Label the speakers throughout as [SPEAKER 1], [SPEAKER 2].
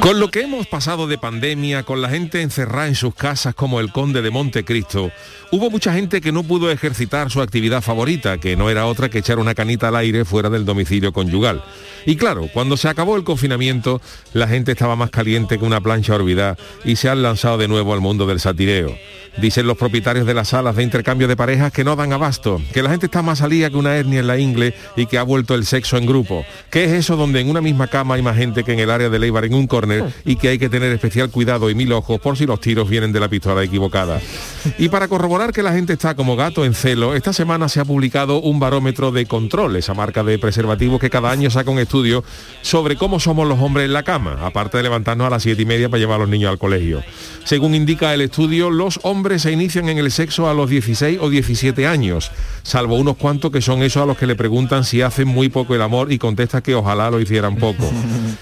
[SPEAKER 1] Con lo que hemos pasado de pandemia, con la gente encerrada en sus casas como el conde de Montecristo, hubo mucha gente que no pudo ejercitar su actividad favorita, que no era otra que echar una canita al aire fuera del domicilio conyugal. Y claro, cuando se acabó el confinamiento, la gente estaba más caliente que una plancha olvidada y se han lanzado de nuevo al mundo del satireo. Dicen los propietarios de las salas de intercambio de parejas que no dan abasto, que la gente está más salida que una hernia en la ingle y que ha vuelto el sexo en grupo. ¿Qué es eso donde en una misma cama hay más gente que en el área de Leibar en un córner y que hay que tener especial cuidado y mil ojos por si los tiros vienen de la pistola equivocada? Y para corroborar que la gente está como gato en celo, esta semana se ha publicado un barómetro de control, esa marca de preservativos que cada año saca un estudio sobre cómo somos los hombres en la cama, aparte de levantarnos a las siete y media para llevar a los niños al colegio. Según indica el estudio, los hombres se inician en el sexo a los 16 o 17 años, salvo unos cuantos que son esos a los que le preguntan si hacen muy poco el amor y contesta que ojalá lo hicieran poco.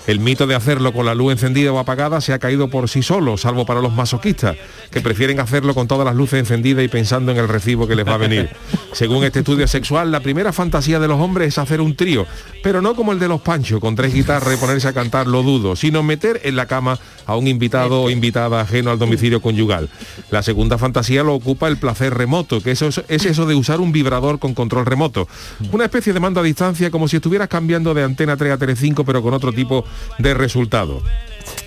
[SPEAKER 1] El mito de hacerlo con la luz encendida o apagada se ha caído por sí solo, salvo para los masoquistas, que prefieren hacerlo con todas las luces encendidas y pensando en el recibo que les va a venir. Según este estudio sexual, la primera fantasía de los hombres es hacer un trío, pero no como el de los panchos, con tres guitarras y ponerse a cantar lo dudo, sino meter en la cama a un invitado o invitada ajeno al domicilio conyugal. La segunda fantasía lo ocupa el placer remoto, que eso es, es, eso de usar un vibrador con control remoto. Una especie de mando a distancia como si estuvieras cambiando de antena 3 a 35 pero con otro tipo de resultado.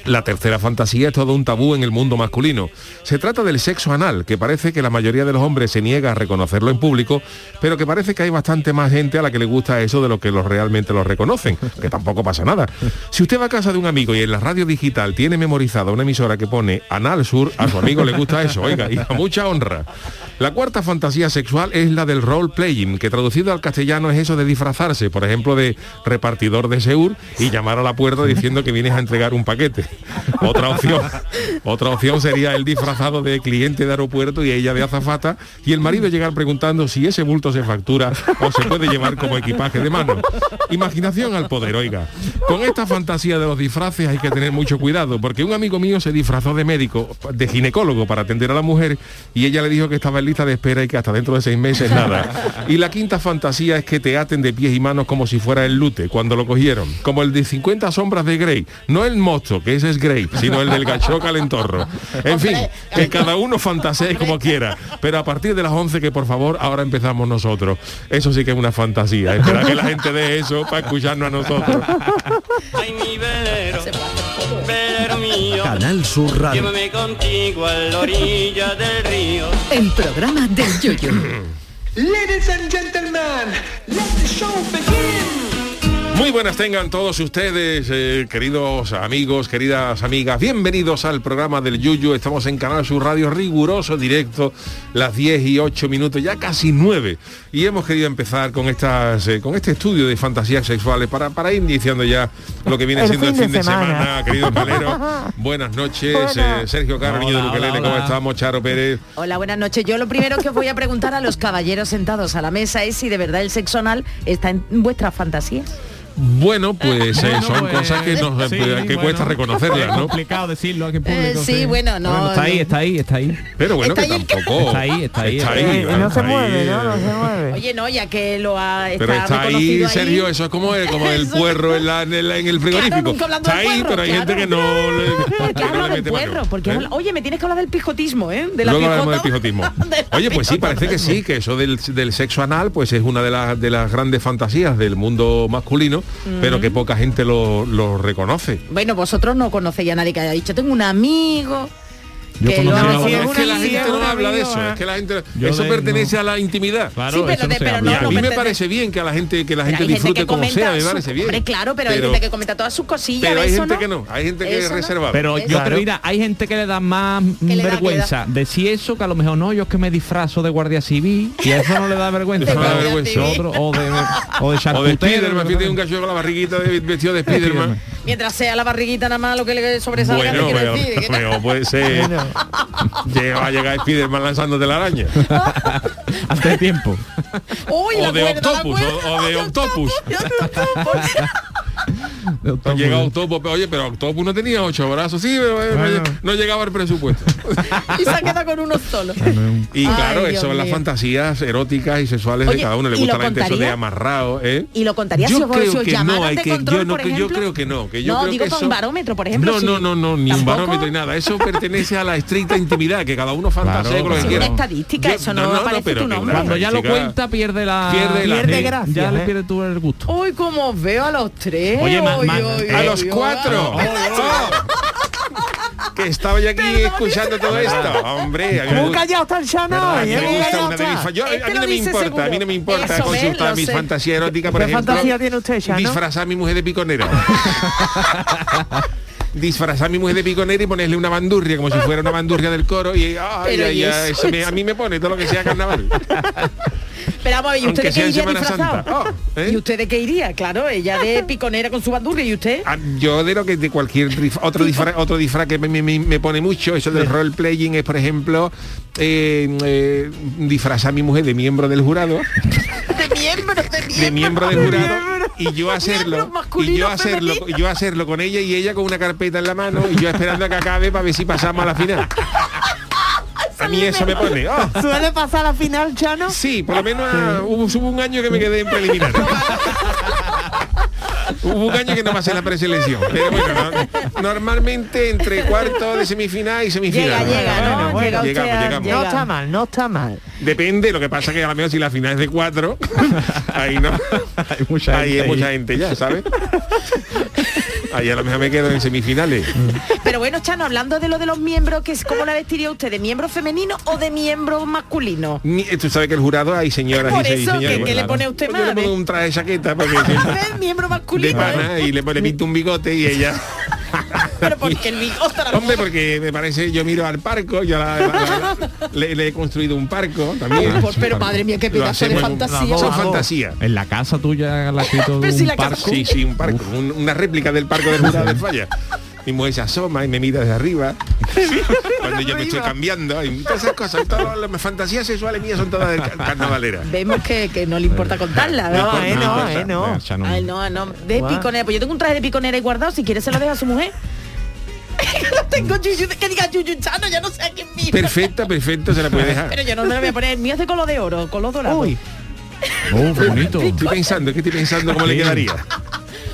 [SPEAKER 1] La tercera fantasía es todo un tabú en el mundo masculino. Se trata del sexo anal, que parece que la mayoría de los hombres se niega a reconocerlo en público, pero que parece que hay bastante más gente a la que le gusta eso de lo que los realmente lo reconocen, que tampoco pasa nada. Si usted va a casa de un amigo y en la radio digital tiene memorizada una emisora que pone anal sur, a su amigo le gusta eso, oiga, y a mucha honra. La cuarta fantasía sexual es la del role playing, que traducido al castellano es eso de disfrazarse, por ejemplo, de repartidor de Seur y llamar a la puerta diciendo que vienes a entregar un paquete. Otra opción, otra opción sería el disfrazado de cliente de aeropuerto y ella de azafata y el marido llegar preguntando si ese bulto se factura o se puede llevar como equipaje de mano. Imaginación al poder, oiga. Con esta fantasía de los disfraces hay que tener mucho cuidado, porque un amigo mío se disfrazó de médico, de ginecólogo para atender a la mujer y ella le dijo que estaba en lista de espera y que hasta dentro de seis meses nada. Y la quinta fantasía es que te aten de pies y manos como si fuera el lute cuando lo cogieron, como el de 50 sombras de Grey, no el mosto, que ese es Grey, sino el del gacho calentorro. En fin, que cada uno fantasee como quiera, pero a partir de las 11 que por favor ahora empezamos nosotros. Eso sí que es una fantasía, espera que la gente dé eso para escucharnos a nosotros.
[SPEAKER 2] Ay, mi velero, velero mío,
[SPEAKER 3] Canal Sur Radio.
[SPEAKER 2] llévame contigo a la orilla del río.
[SPEAKER 4] El programa del Yoyo.
[SPEAKER 5] Ladies and gentlemen, let the show begin.
[SPEAKER 1] Muy buenas tengan todos ustedes, eh, queridos amigos, queridas amigas. Bienvenidos al programa del Yuyu. Estamos en Canal Sur Radio, riguroso, directo, las 10 y 8 minutos, ya casi 9. Y hemos querido empezar con, estas, eh, con este estudio de fantasías sexuales para, para ir iniciando ya lo que viene
[SPEAKER 6] El
[SPEAKER 1] siendo
[SPEAKER 6] fin
[SPEAKER 1] el fin de
[SPEAKER 6] de
[SPEAKER 1] semana.
[SPEAKER 6] semana.
[SPEAKER 1] Querido Palero, buenas noches.
[SPEAKER 6] Buenas.
[SPEAKER 1] eh, Sergio Caro,
[SPEAKER 7] Hola,
[SPEAKER 1] niño de
[SPEAKER 7] hola,
[SPEAKER 1] Luquelele, ¿cómo
[SPEAKER 7] hola.
[SPEAKER 1] estamos? Charo Pérez.
[SPEAKER 8] Hola, buenas noches. Yo lo primero que os voy a preguntar a los caballeros sentados a la mesa es si de verdad el sexo anal está en vuestras fantasías.
[SPEAKER 1] Bueno, pues eh,
[SPEAKER 7] Bueno,
[SPEAKER 1] son
[SPEAKER 7] pues,
[SPEAKER 1] cosas que, nos, eh,
[SPEAKER 7] sí,
[SPEAKER 1] que
[SPEAKER 7] bueno.
[SPEAKER 1] cuesta reconocerlas,
[SPEAKER 7] Es
[SPEAKER 1] ¿no?
[SPEAKER 7] complicado decirlo aquí en público.
[SPEAKER 8] Eh, sí, bueno, no,
[SPEAKER 7] está ahí,
[SPEAKER 8] no.
[SPEAKER 7] está ahí, está ahí.
[SPEAKER 1] Pero bueno, que
[SPEAKER 8] Está ahí el ca-
[SPEAKER 1] tampoco...
[SPEAKER 7] Está ahí, está ahí,
[SPEAKER 1] Está
[SPEAKER 7] está
[SPEAKER 1] ahí,
[SPEAKER 6] Eh, no se
[SPEAKER 1] está ahí.
[SPEAKER 6] mueve, ¿no? No se mueve.
[SPEAKER 8] Oye, no, ya que lo ha
[SPEAKER 1] Pero está ahí, Sergio,
[SPEAKER 8] ahí.
[SPEAKER 1] eso es como el, como el
[SPEAKER 8] Eso.
[SPEAKER 1] puerro en, la- en la- en el frigorífico.
[SPEAKER 8] Claro, nunca hablando
[SPEAKER 1] está
[SPEAKER 8] del
[SPEAKER 1] ahí,
[SPEAKER 8] puerro,
[SPEAKER 1] pero hay
[SPEAKER 8] claro.
[SPEAKER 1] gente que no le,
[SPEAKER 8] ¿Por
[SPEAKER 1] que
[SPEAKER 8] qué
[SPEAKER 1] no
[SPEAKER 8] habla
[SPEAKER 1] le
[SPEAKER 8] del
[SPEAKER 1] mete mano.
[SPEAKER 8] puerro? Porque
[SPEAKER 1] ¿Eh?
[SPEAKER 8] habla- Oye, me tienes que hablar del pijotismo, ¿eh? De la
[SPEAKER 1] Luego hablamos del
[SPEAKER 8] pijota.
[SPEAKER 1] pijotismo.
[SPEAKER 8] De la
[SPEAKER 1] Oye, pues sí,
[SPEAKER 8] pijota.
[SPEAKER 1] parece que sí, que eso del, del sexo anal pues es una de las, de las grandes fantasías del mundo masculino, pero que poca gente lo, lo reconoce.
[SPEAKER 8] Bueno, vosotros no conocéis a nadie que haya dicho, tengo un amigo.
[SPEAKER 7] Yo
[SPEAKER 8] que lo
[SPEAKER 7] conocí a
[SPEAKER 8] hace-
[SPEAKER 7] uno.
[SPEAKER 1] es que la
[SPEAKER 6] amiga,
[SPEAKER 1] gente no
[SPEAKER 6] una
[SPEAKER 1] habla de
[SPEAKER 6] amiga,
[SPEAKER 1] eso,
[SPEAKER 6] ¿eh?
[SPEAKER 1] es que la gente,
[SPEAKER 7] Yo
[SPEAKER 1] eso
[SPEAKER 7] de-
[SPEAKER 1] pertenece a la intimidad.
[SPEAKER 7] Claro,
[SPEAKER 8] Sí, pero
[SPEAKER 7] eso no
[SPEAKER 8] de-
[SPEAKER 7] se
[SPEAKER 8] pero
[SPEAKER 7] habla.
[SPEAKER 1] Y
[SPEAKER 8] no,
[SPEAKER 1] a
[SPEAKER 8] no
[SPEAKER 1] mí me
[SPEAKER 8] pertenece-
[SPEAKER 1] parece bien que a la gente que la
[SPEAKER 8] Pero
[SPEAKER 1] gente
[SPEAKER 8] hay gente
[SPEAKER 1] disfrute
[SPEAKER 8] que
[SPEAKER 1] como
[SPEAKER 8] comenta
[SPEAKER 1] sea, me
[SPEAKER 8] su-
[SPEAKER 1] parece bien.
[SPEAKER 8] Hombre, claro, pero, hay gente que comenta todas sus cosillas.
[SPEAKER 1] pero hay
[SPEAKER 8] eso
[SPEAKER 1] gente
[SPEAKER 8] no.
[SPEAKER 1] que no, hay gente que es
[SPEAKER 8] Eso no.
[SPEAKER 1] reservada.
[SPEAKER 7] Pero yo
[SPEAKER 8] Claro.
[SPEAKER 7] creo, mira, hay gente que le da más mm,
[SPEAKER 8] Que le da-
[SPEAKER 7] vergüenza decir eso que a lo mejor no, yo es que me disfrazo de guardia civil y eso no le da vergüenza.
[SPEAKER 8] De
[SPEAKER 7] pero
[SPEAKER 1] guardia
[SPEAKER 7] otro-
[SPEAKER 8] civil.
[SPEAKER 7] o de, o de
[SPEAKER 1] O de
[SPEAKER 7] charcutero,
[SPEAKER 1] Spiderman,
[SPEAKER 7] de-
[SPEAKER 1] fíjate un cachorro con la barriguita de, vestido de Spiderman.
[SPEAKER 7] Spiderman.
[SPEAKER 8] Mientras sea la barriguita nada más lo que le sobresalga,
[SPEAKER 1] Bueno,
[SPEAKER 8] te quiero
[SPEAKER 1] pero,
[SPEAKER 8] decir, que-
[SPEAKER 1] pero puede ser. Llega, va a llegar Spiderman lanzándote la araña.
[SPEAKER 7] Antes de tiempo.
[SPEAKER 8] Uy,
[SPEAKER 1] o
[SPEAKER 8] la
[SPEAKER 1] de
[SPEAKER 8] cuerda, la
[SPEAKER 1] Octopus,
[SPEAKER 8] cuerda.
[SPEAKER 1] o- o de Octopus.
[SPEAKER 7] Doctor
[SPEAKER 1] Pues Llega
[SPEAKER 7] Mugler.
[SPEAKER 1] Octopus, pero, oye, pero Octopus no tenía ocho brazos, sí, pero, eh,
[SPEAKER 7] Bueno.
[SPEAKER 1] no llegaba el presupuesto.
[SPEAKER 8] y se ha quedado con uno solo.
[SPEAKER 1] Y
[SPEAKER 8] Ay,
[SPEAKER 1] claro,
[SPEAKER 8] Dios
[SPEAKER 1] eso son las
[SPEAKER 8] mío.
[SPEAKER 1] fantasías eróticas y sexuales de
[SPEAKER 8] Oye,
[SPEAKER 1] cada uno. Le
[SPEAKER 8] ¿y
[SPEAKER 1] gusta
[SPEAKER 8] lo
[SPEAKER 1] la gente eso de
[SPEAKER 8] contaría?
[SPEAKER 1] amarrado, ¿eh?
[SPEAKER 8] ¿Y lo contarías
[SPEAKER 1] Yo
[SPEAKER 8] si os,
[SPEAKER 1] creo
[SPEAKER 8] si os
[SPEAKER 1] que no,
[SPEAKER 8] llamaran
[SPEAKER 1] hay
[SPEAKER 8] de
[SPEAKER 1] que-
[SPEAKER 8] control,
[SPEAKER 1] yo no-
[SPEAKER 8] por
[SPEAKER 1] que yo
[SPEAKER 8] ejemplo?
[SPEAKER 1] creo que no, que yo
[SPEAKER 8] no,
[SPEAKER 1] creo
[SPEAKER 8] digo
[SPEAKER 1] que
[SPEAKER 8] con
[SPEAKER 1] eso-
[SPEAKER 8] barómetro, por ejemplo.
[SPEAKER 1] no,
[SPEAKER 8] sí.
[SPEAKER 1] no, no, no, ni un
[SPEAKER 8] ¿Tampoco?
[SPEAKER 1] barómetro ni nada. Eso pertenece a la estricta intimidad, que cada uno fantasea
[SPEAKER 7] Claro,
[SPEAKER 1] con lo que
[SPEAKER 7] claro.
[SPEAKER 1] quiera.
[SPEAKER 7] Sí,
[SPEAKER 8] una estadística, eso no aparece tu
[SPEAKER 1] que una
[SPEAKER 8] nombre.
[SPEAKER 7] Cuando ya lo
[SPEAKER 1] estadística-
[SPEAKER 7] cuenta pierde la
[SPEAKER 1] Pierde la- Pierde
[SPEAKER 3] gracia,
[SPEAKER 7] Ya le
[SPEAKER 3] ¿eh?
[SPEAKER 7] pierde tú el gusto.
[SPEAKER 8] Uy, cómo os veo a los tres.
[SPEAKER 7] Oye, ma-
[SPEAKER 8] uy,
[SPEAKER 7] ma-
[SPEAKER 8] uy,
[SPEAKER 1] A
[SPEAKER 8] uy,
[SPEAKER 1] los
[SPEAKER 8] uy.
[SPEAKER 1] cuatro. Oh, Que estaba yo aquí escuchando todo esto. Hombre, a mí me
[SPEAKER 3] Muy
[SPEAKER 1] gusta-
[SPEAKER 3] callado está el Shana
[SPEAKER 1] a
[SPEAKER 3] hoy,
[SPEAKER 1] mí
[SPEAKER 3] ¿eh?
[SPEAKER 1] me
[SPEAKER 3] Muy
[SPEAKER 1] gusta
[SPEAKER 3] callado
[SPEAKER 1] una de mis fa-
[SPEAKER 3] está.
[SPEAKER 1] yo- a mí
[SPEAKER 8] Este lo
[SPEAKER 1] no me
[SPEAKER 8] dice
[SPEAKER 1] importa,
[SPEAKER 8] seguro.
[SPEAKER 1] a mí no me importa
[SPEAKER 8] Eso, ¿ves?
[SPEAKER 1] consultar
[SPEAKER 8] Lo
[SPEAKER 1] mis
[SPEAKER 8] sé.
[SPEAKER 1] fantasías eróticas, por
[SPEAKER 3] ¿Qué
[SPEAKER 1] ejemplo.
[SPEAKER 3] fantasía tiene usted, Shana?
[SPEAKER 1] Disfrazar a mi mujer de piconera. Disfrazar a mi mujer de piconera y ponerle una bandurria como si fuera una bandurria del coro y, ay,
[SPEAKER 8] Pero,
[SPEAKER 1] ay,
[SPEAKER 8] ¿y
[SPEAKER 1] ay,
[SPEAKER 8] eso?
[SPEAKER 1] se me- a mí me pone todo lo que sea carnaval.
[SPEAKER 8] Pero vamos a ver, ¿y
[SPEAKER 1] Aunque
[SPEAKER 8] usted de
[SPEAKER 1] sea
[SPEAKER 8] qué
[SPEAKER 1] en
[SPEAKER 8] iría
[SPEAKER 1] Semana
[SPEAKER 8] disfrazado?
[SPEAKER 1] Santa. Oh, ¿eh?
[SPEAKER 8] ¿Y usted de qué iría? Claro, ella de piconera con su bandurria y usted.
[SPEAKER 1] Ah, Yo de lo que de cualquier dif- otro disfraz otro disfraz que me, me- me pone mucho, eso del role playing es por ejemplo eh, eh, disfrazar a mi mujer de miembro del jurado,
[SPEAKER 8] De miembro, de miembro.
[SPEAKER 1] de miembro del jurado y yo hacerlo
[SPEAKER 8] Miembro
[SPEAKER 1] y
[SPEAKER 8] masculino,
[SPEAKER 1] yo hacerlo
[SPEAKER 8] femenino.
[SPEAKER 1] y yo hacerlo con ella y ella con una carpeta en la mano y yo esperando a que acabe para ver si pasamos a la final. A mí eso me pone. oh.
[SPEAKER 3] ¿Suele pasar a la final, Chano?
[SPEAKER 1] Sí, por lo menos ah, hubo, hubo un año que me quedé en preliminar. Hubo un año que no pasé la preselección. Pero bueno, no- normalmente entre cuarto de semifinal y semifinal.
[SPEAKER 8] Llega, llega, ¿no?
[SPEAKER 3] Bueno, bueno,
[SPEAKER 8] llega usted
[SPEAKER 1] llegamos,
[SPEAKER 8] a-
[SPEAKER 1] llegamos.
[SPEAKER 3] No
[SPEAKER 8] llega.
[SPEAKER 3] está mal, no está mal.
[SPEAKER 1] Depende, lo que pasa que a lo mejor si la final es de cuatro, ahí no.
[SPEAKER 7] Hay mucha
[SPEAKER 1] ahí
[SPEAKER 7] gente
[SPEAKER 1] es
[SPEAKER 7] ahí.
[SPEAKER 1] mucha gente ya, ¿sabes? Ahí a lo mejor me quedo en semifinales.
[SPEAKER 7] Mm.
[SPEAKER 8] Pero bueno, Chano, hablando de lo de los miembros, que es ¿cómo la vestiría usted? ¿De miembro femenino o de miembro masculino?
[SPEAKER 1] Ni- Tú sabes que el jurado hay señoras
[SPEAKER 8] Por
[SPEAKER 1] y se- y
[SPEAKER 8] eso,
[SPEAKER 1] señores.
[SPEAKER 8] ¿qué- qué le pone usted
[SPEAKER 1] Pues Yo le
[SPEAKER 8] más?
[SPEAKER 1] pongo un traje de chaqueta porque
[SPEAKER 8] A ver, miembro
[SPEAKER 1] de
[SPEAKER 8] masculino, ¿eh?
[SPEAKER 1] pana y le, le pinto un bigote y ella.
[SPEAKER 8] pero porque el bigote ahora
[SPEAKER 1] Hombre, porque me parece, yo miro al parco, yo la- la- la- la- le, le he construido un parco también.
[SPEAKER 8] Ay, por- pero madre mía, qué
[SPEAKER 1] Lo
[SPEAKER 8] pedazo de
[SPEAKER 1] hacemos-
[SPEAKER 8] fantasía.
[SPEAKER 1] Son
[SPEAKER 3] Vamos, vamos.
[SPEAKER 1] fantasías.
[SPEAKER 7] En la casa tuya la ha escrito de
[SPEAKER 8] Pero si
[SPEAKER 7] un
[SPEAKER 8] la casa-
[SPEAKER 7] parco.
[SPEAKER 1] Sí, sí, un parco, un- una réplica del parco del Jurado de Falla. Mi mujer se asoma y me mira desde arriba. Cuando yo me estoy cambiando. Y todas esas cosas. Todas las fantasías sexuales mías son todas de car- carnavaleras.
[SPEAKER 8] Vemos que, que no le importa contarla, ¿no?
[SPEAKER 3] No, eh, no,
[SPEAKER 1] importa.
[SPEAKER 3] eh, no.
[SPEAKER 7] O sea, no-
[SPEAKER 8] Ay, no, no. De
[SPEAKER 3] Guau.
[SPEAKER 8] piconera. Pues yo tengo un traje de piconera y guardado. Si quiere se lo deja a su mujer. lo tengo yuyu, que diga yuyu chano, ya no sé a quién mira.
[SPEAKER 1] Perfecta, perfecta, se la puede
[SPEAKER 8] Pero
[SPEAKER 1] dejar.
[SPEAKER 8] yo no me lo voy a poner. El mío es de color de oro, color dorado.
[SPEAKER 3] Uy,
[SPEAKER 7] Oh, qué bonito.
[SPEAKER 1] Estoy pensando, que estoy pensando cómo le
[SPEAKER 7] Sí.
[SPEAKER 1] quedaría.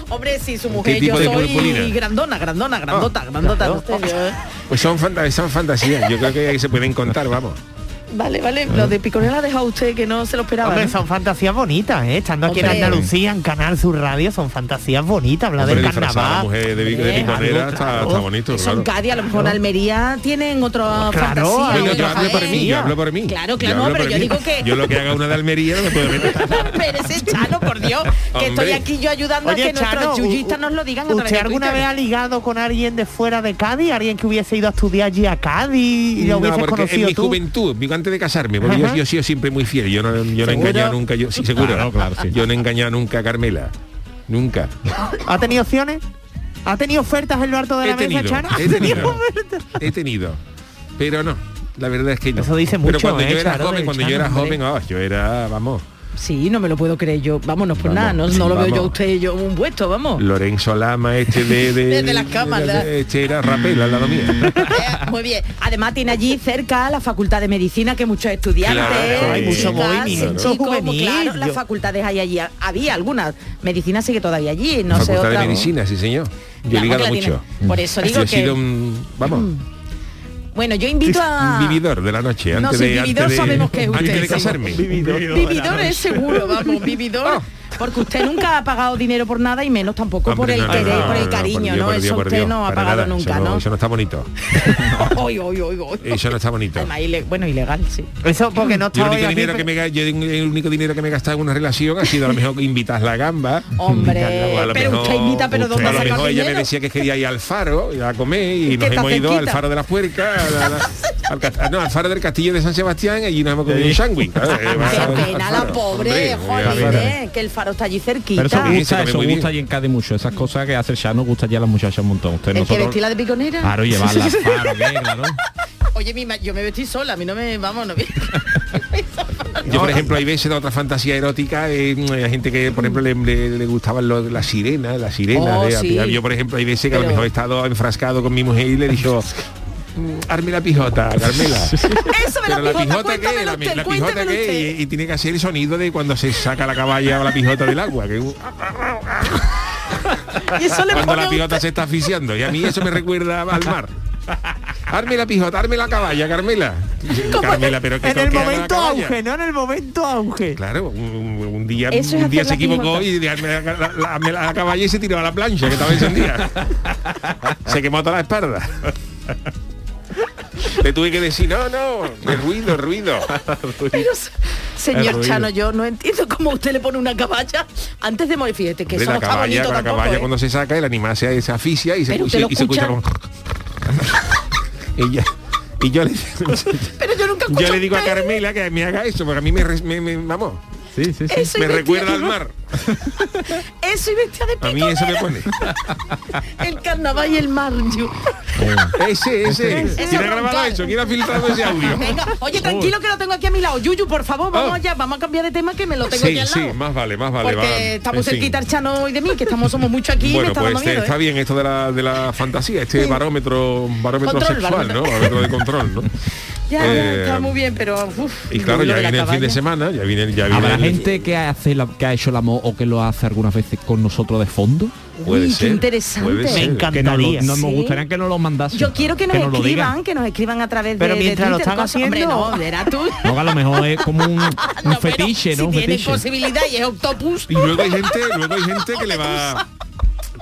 [SPEAKER 8] Hombre, sí, su mujer,
[SPEAKER 1] tipo
[SPEAKER 8] yo
[SPEAKER 1] de
[SPEAKER 8] soy
[SPEAKER 1] purpurina?
[SPEAKER 8] grandona, grandona, grandota, grandota. no sé, yo, eh.
[SPEAKER 1] Pues son, fanta- son fantasías. Yo creo que ahí se pueden contar, vamos.
[SPEAKER 8] Vale, vale, lo de piconera la ha dejado usted que no se lo esperaba.
[SPEAKER 3] hombre,
[SPEAKER 8] ¿no?
[SPEAKER 3] son fantasías bonitas, ¿eh? Estando aquí en
[SPEAKER 8] Hombre.
[SPEAKER 3] Andalucía, en Canal Sur Radio, son fantasías bonitas. Habla del
[SPEAKER 1] Hombre, disfrazar a la
[SPEAKER 3] carnaval.
[SPEAKER 1] mujer de, bi- de
[SPEAKER 8] Eh,
[SPEAKER 1] piconera
[SPEAKER 3] algo,
[SPEAKER 1] está,
[SPEAKER 3] claro.
[SPEAKER 1] está bonito,
[SPEAKER 8] Son
[SPEAKER 1] claro.
[SPEAKER 8] Cádiz, a lo mejor en Almería tienen otra
[SPEAKER 3] Claro,
[SPEAKER 8] fantasía.
[SPEAKER 3] bueno,
[SPEAKER 1] Bueno,
[SPEAKER 8] otra
[SPEAKER 1] yo hablo por
[SPEAKER 8] faena.
[SPEAKER 1] mí, yo hablo por mí.
[SPEAKER 8] Claro, claro,
[SPEAKER 1] hablo
[SPEAKER 8] pero
[SPEAKER 1] por
[SPEAKER 8] yo digo que-
[SPEAKER 1] Yo lo que haga una de Almería no me puedo meter.
[SPEAKER 8] Pero ese Chano, por Dios, que estoy
[SPEAKER 1] Hombre.
[SPEAKER 8] aquí yo ayudando a
[SPEAKER 3] Oye,
[SPEAKER 8] que
[SPEAKER 3] Chano,
[SPEAKER 8] nuestros yuyistas
[SPEAKER 3] u-
[SPEAKER 8] nos lo digan. a través
[SPEAKER 3] ¿usted
[SPEAKER 8] de
[SPEAKER 3] alguna
[SPEAKER 8] Twitter.
[SPEAKER 3] vez ha ligado con alguien de fuera de Cádiz? ¿Alguien que hubiese ido a estudiar allí a Cádiz y lo
[SPEAKER 1] no,
[SPEAKER 3] hubiese
[SPEAKER 1] porque en
[SPEAKER 3] conocido
[SPEAKER 1] mi
[SPEAKER 3] tú?
[SPEAKER 1] juventud, digo, antes de casarme, porque yo,
[SPEAKER 3] Ajá.
[SPEAKER 1] yo he sido siempre muy fiel, yo no, yo no he
[SPEAKER 3] ¿Seguro?
[SPEAKER 1] engañado nunca, yo sí, seguro.
[SPEAKER 7] Claro, claro, sí.
[SPEAKER 1] Yo no he engañado nunca a Carmela. Nunca.
[SPEAKER 3] ¿Ha tenido opciones? ¿Ha tenido ofertas en lo alto de
[SPEAKER 1] He
[SPEAKER 3] la mesa,
[SPEAKER 1] tenido,
[SPEAKER 3] Chano? ¿Ha
[SPEAKER 1] he tenido.
[SPEAKER 3] ofertas?
[SPEAKER 1] He tenido. Pero no. La verdad es que no.
[SPEAKER 3] Eso dice
[SPEAKER 1] Pero
[SPEAKER 3] mucho,
[SPEAKER 1] cuando
[SPEAKER 3] ¿eh,
[SPEAKER 1] yo era
[SPEAKER 3] Charo,
[SPEAKER 1] joven,
[SPEAKER 3] del
[SPEAKER 1] cuando yo era
[SPEAKER 3] Chano,
[SPEAKER 1] joven, oh, yo era, vamos,
[SPEAKER 8] Sí, no me lo puedo creer yo. Vámonos, pues
[SPEAKER 1] Vamos,
[SPEAKER 8] nada, no, no lo veo yo a
[SPEAKER 1] vamos.
[SPEAKER 8] usted y yo un puesto, vamos.
[SPEAKER 1] Lorenzo Lama, este de... De,
[SPEAKER 8] Oh. Desde las camas, ¿verdad?
[SPEAKER 1] este era rapel al lado mío.
[SPEAKER 8] Eh, Muy bien. Además tiene allí cerca la Facultad de Medicina, que muchos estudiantes, eh,
[SPEAKER 1] Claro, hay mucho
[SPEAKER 8] chicas,
[SPEAKER 3] movimiento
[SPEAKER 8] chicos,
[SPEAKER 3] juvenil.
[SPEAKER 8] claro, las
[SPEAKER 3] Yo-
[SPEAKER 8] facultades hay allí. Había algunas. Medicina sigue todavía allí, no sé
[SPEAKER 1] Facultad
[SPEAKER 8] otra.
[SPEAKER 1] de Medicina, sí señor. Yo
[SPEAKER 8] Ya,
[SPEAKER 1] he ligado
[SPEAKER 8] porque la
[SPEAKER 1] mucho.
[SPEAKER 8] tiene. Por eso digo
[SPEAKER 1] Yo he
[SPEAKER 8] que.
[SPEAKER 1] sido un... Vamos.
[SPEAKER 8] Bueno, yo invito a.
[SPEAKER 1] Un vividor de la noche
[SPEAKER 8] No,
[SPEAKER 1] antes
[SPEAKER 8] sí,
[SPEAKER 1] de
[SPEAKER 8] vividor
[SPEAKER 1] antes de,
[SPEAKER 8] sabemos que es
[SPEAKER 1] antes
[SPEAKER 8] usted,
[SPEAKER 1] de
[SPEAKER 8] sí.
[SPEAKER 1] casarme
[SPEAKER 8] Vividor es seguro, vamos,
[SPEAKER 1] Ah.
[SPEAKER 8] vividor. Porque usted nunca ha pagado dinero por nada y menos tampoco por
[SPEAKER 1] Hombre,
[SPEAKER 8] el
[SPEAKER 1] no, no,
[SPEAKER 8] querer,
[SPEAKER 1] no,
[SPEAKER 8] por el
[SPEAKER 1] no,
[SPEAKER 8] cariño,
[SPEAKER 1] Dios,
[SPEAKER 8] ¿no?
[SPEAKER 1] por Dios,
[SPEAKER 8] Eso
[SPEAKER 1] por
[SPEAKER 8] usted
[SPEAKER 1] Dios,
[SPEAKER 8] no ha
[SPEAKER 1] para
[SPEAKER 8] pagado
[SPEAKER 1] nada.
[SPEAKER 8] nunca,
[SPEAKER 1] eso
[SPEAKER 8] ¿no?
[SPEAKER 1] Eso no está bonito.
[SPEAKER 8] Oy, oy, oy, oy.
[SPEAKER 1] Eso no está bonito.
[SPEAKER 8] Además, ile- bueno, ilegal, sí.
[SPEAKER 3] Eso porque no
[SPEAKER 1] Yo el
[SPEAKER 3] está hoy
[SPEAKER 1] único
[SPEAKER 3] aquí,
[SPEAKER 1] dinero que
[SPEAKER 3] pero-
[SPEAKER 1] me ga- yo el único dinero que me he gastado en una relación ha sido a lo mejor que invitas la gamba. O a
[SPEAKER 8] Hombre,
[SPEAKER 1] lo
[SPEAKER 8] Oh, pero
[SPEAKER 1] mejor-
[SPEAKER 8] usted invita, pero
[SPEAKER 1] a
[SPEAKER 8] ¿dónde
[SPEAKER 1] lo
[SPEAKER 8] saca
[SPEAKER 1] mejor
[SPEAKER 8] el
[SPEAKER 1] ella me
[SPEAKER 8] dinero?
[SPEAKER 1] decía que quería ir al faro a comer y
[SPEAKER 8] que
[SPEAKER 1] nos
[SPEAKER 8] está
[SPEAKER 1] hemos ido al
[SPEAKER 8] cerquita.
[SPEAKER 1] faro de las puercas, a la- al, cast- no, al faro del castillo de San Sebastián y nos hemos comido un sándwich. Claro, eh, va
[SPEAKER 8] Qué
[SPEAKER 1] al
[SPEAKER 8] pena la
[SPEAKER 1] faro,
[SPEAKER 8] pobre,
[SPEAKER 1] hombre,
[SPEAKER 8] joder,
[SPEAKER 1] eh,
[SPEAKER 8] eh, que el Faro está allí cerquita.
[SPEAKER 7] Pero eso
[SPEAKER 1] Sí, se
[SPEAKER 7] gusta,
[SPEAKER 1] come
[SPEAKER 7] eso
[SPEAKER 1] muy
[SPEAKER 7] gusta
[SPEAKER 1] bien.
[SPEAKER 7] allí en Cádiz mucho. Esas cosas que hace el Chano gusta allí a las muchachas un montón. Usted
[SPEAKER 8] el que
[SPEAKER 7] nosotros...
[SPEAKER 8] vestirla de piconera.
[SPEAKER 7] Claro, llevarla. Claro, que, claro.
[SPEAKER 8] Oye, mi ma- yo me vestí sola, a mí no me. Vamos, no me.
[SPEAKER 1] Yo,
[SPEAKER 8] eh,
[SPEAKER 1] por ejemplo, hay veces de otra fantasía erótica, eh, hay gente que, por ejemplo, le, le- le gustaban los- las sirenas, las sirenas.
[SPEAKER 8] Mm. Oh,
[SPEAKER 1] de-
[SPEAKER 8] sí.
[SPEAKER 1] Yo, por ejemplo, hay veces que a lo
[SPEAKER 8] Pero-
[SPEAKER 1] mejor he estado enfrascado con mi mujer y le he dicho, "Mm, arme la pijota, Carmela.
[SPEAKER 8] Eso me la pijota, cuéntamelo
[SPEAKER 1] la, mi-
[SPEAKER 8] usted,
[SPEAKER 1] la pijota
[SPEAKER 8] cuéntamelo
[SPEAKER 1] qué,
[SPEAKER 8] usted.
[SPEAKER 1] y, y tiene que hacer el sonido de cuando se saca la caballa o la pijota del agua, que es un-
[SPEAKER 8] Y eso le
[SPEAKER 1] cuando
[SPEAKER 8] pone
[SPEAKER 1] la
[SPEAKER 8] un-
[SPEAKER 1] pijota se está asfixiando. Y a mí eso me recuerda al mar. Arme la pijota, arme la caballa, Carmela. Carmela, pero que
[SPEAKER 3] En el
[SPEAKER 1] toque arme la
[SPEAKER 3] momento
[SPEAKER 1] caballa.
[SPEAKER 3] auge, ¿no? En el momento auge.
[SPEAKER 1] Claro, un, un- un día,
[SPEAKER 8] Eso es
[SPEAKER 1] un día
[SPEAKER 8] hacer
[SPEAKER 1] se
[SPEAKER 8] la
[SPEAKER 1] equivocó
[SPEAKER 8] pijota.
[SPEAKER 1] y de- me la, la- la- me la acaballé y se tiró a la plancha que estaba encendida. se quemó toda la espalda. Le tuve que decir, no, no, el ruido, el ruido.
[SPEAKER 8] Pero, se- señor
[SPEAKER 7] ruido.
[SPEAKER 8] Chano, yo no entiendo cómo usted le pone una caballa antes de morir. Fíjate que
[SPEAKER 1] Hombre,
[SPEAKER 8] eso no
[SPEAKER 1] la
[SPEAKER 8] está
[SPEAKER 1] caballa,
[SPEAKER 8] bonito
[SPEAKER 1] la
[SPEAKER 8] tampoco.
[SPEAKER 1] caballa
[SPEAKER 8] ¿eh?
[SPEAKER 1] cuando se saca, el animal se, se asfixia y se,
[SPEAKER 8] Pero
[SPEAKER 1] y
[SPEAKER 8] usted
[SPEAKER 1] se-
[SPEAKER 8] lo
[SPEAKER 1] y se escucha como...
[SPEAKER 8] escucha.
[SPEAKER 1] y, ya- y yo le,
[SPEAKER 8] ¿eh? Pero yo nunca escucho
[SPEAKER 1] yo le digo a
[SPEAKER 8] usted.
[SPEAKER 1] Carmela que me haga eso, porque a mí me, res- me- me- vamos,
[SPEAKER 7] Sí, sí, sí.
[SPEAKER 8] Eso y
[SPEAKER 1] me
[SPEAKER 8] vestida
[SPEAKER 1] recuerda
[SPEAKER 8] de
[SPEAKER 1] al
[SPEAKER 8] ro-
[SPEAKER 1] mar.
[SPEAKER 8] Eso y vestida de
[SPEAKER 1] A mí eso me
[SPEAKER 8] piconera.
[SPEAKER 1] pone.
[SPEAKER 8] El carnaval y el mar. yo.
[SPEAKER 1] Ese, ese.
[SPEAKER 8] Ese
[SPEAKER 1] ¿Quién ha grabado
[SPEAKER 8] roncar.
[SPEAKER 1] eso? ¿Quién ha filtrado ese audio?
[SPEAKER 8] Venga, oye, tranquilo que lo tengo aquí a mi lado. Yuyu, por favor, vamos
[SPEAKER 1] Oh.
[SPEAKER 8] allá, vamos a cambiar de tema que me lo tengo
[SPEAKER 1] sí,
[SPEAKER 8] aquí al
[SPEAKER 1] sí,
[SPEAKER 8] lado.
[SPEAKER 1] más vale, más vale.
[SPEAKER 8] Porque
[SPEAKER 1] va,
[SPEAKER 8] estamos
[SPEAKER 1] en fin.
[SPEAKER 8] cerquita el Chano y de mí, que estamos somos mucho aquí y me
[SPEAKER 1] Bueno,
[SPEAKER 8] está
[SPEAKER 1] pues
[SPEAKER 8] dando miedo.
[SPEAKER 1] está
[SPEAKER 8] ¿eh?
[SPEAKER 1] bien esto de la, de la fantasía, este barómetro barómetro
[SPEAKER 8] Control,
[SPEAKER 1] sexual,
[SPEAKER 8] barómetro.
[SPEAKER 1] ¿no? Barómetro de control, ¿no?
[SPEAKER 8] Ya,
[SPEAKER 1] Eh,
[SPEAKER 8] está muy bien, pero uf,
[SPEAKER 1] Y claro,
[SPEAKER 8] lo
[SPEAKER 1] ya
[SPEAKER 8] de la
[SPEAKER 1] viene el fin de
[SPEAKER 8] caballa.
[SPEAKER 1] semana, ya viene, ya viene
[SPEAKER 7] ¿Habrá
[SPEAKER 1] el-
[SPEAKER 7] gente que hace la- que ha hecho el amor o que lo hace algunas veces con nosotros de fondo?
[SPEAKER 1] Puede
[SPEAKER 8] Uy, qué
[SPEAKER 1] ser,
[SPEAKER 8] interesante.
[SPEAKER 1] puede
[SPEAKER 8] Me
[SPEAKER 1] ser.
[SPEAKER 3] encanta.
[SPEAKER 7] Que nos, lo-
[SPEAKER 3] Encantaría.
[SPEAKER 7] nos
[SPEAKER 8] Sí.
[SPEAKER 7] gustaría que nos lo mandasen.
[SPEAKER 8] Yo quiero que nos
[SPEAKER 7] lo digan.
[SPEAKER 8] escriban, que nos escriban a través
[SPEAKER 3] Pero
[SPEAKER 8] de, de
[SPEAKER 3] mientras lo
[SPEAKER 8] Twitter
[SPEAKER 3] están
[SPEAKER 8] cosas. Hombre,
[SPEAKER 3] haciendo.
[SPEAKER 8] no, verá tú.
[SPEAKER 7] No, que a lo mejor es como un, un
[SPEAKER 8] No, pero
[SPEAKER 7] fetiche, ¿no?
[SPEAKER 8] Si
[SPEAKER 7] Un
[SPEAKER 8] tiene
[SPEAKER 7] fetiche.
[SPEAKER 8] posibilidad y es octopus.
[SPEAKER 1] Y luego hay gente, luego hay gente que le va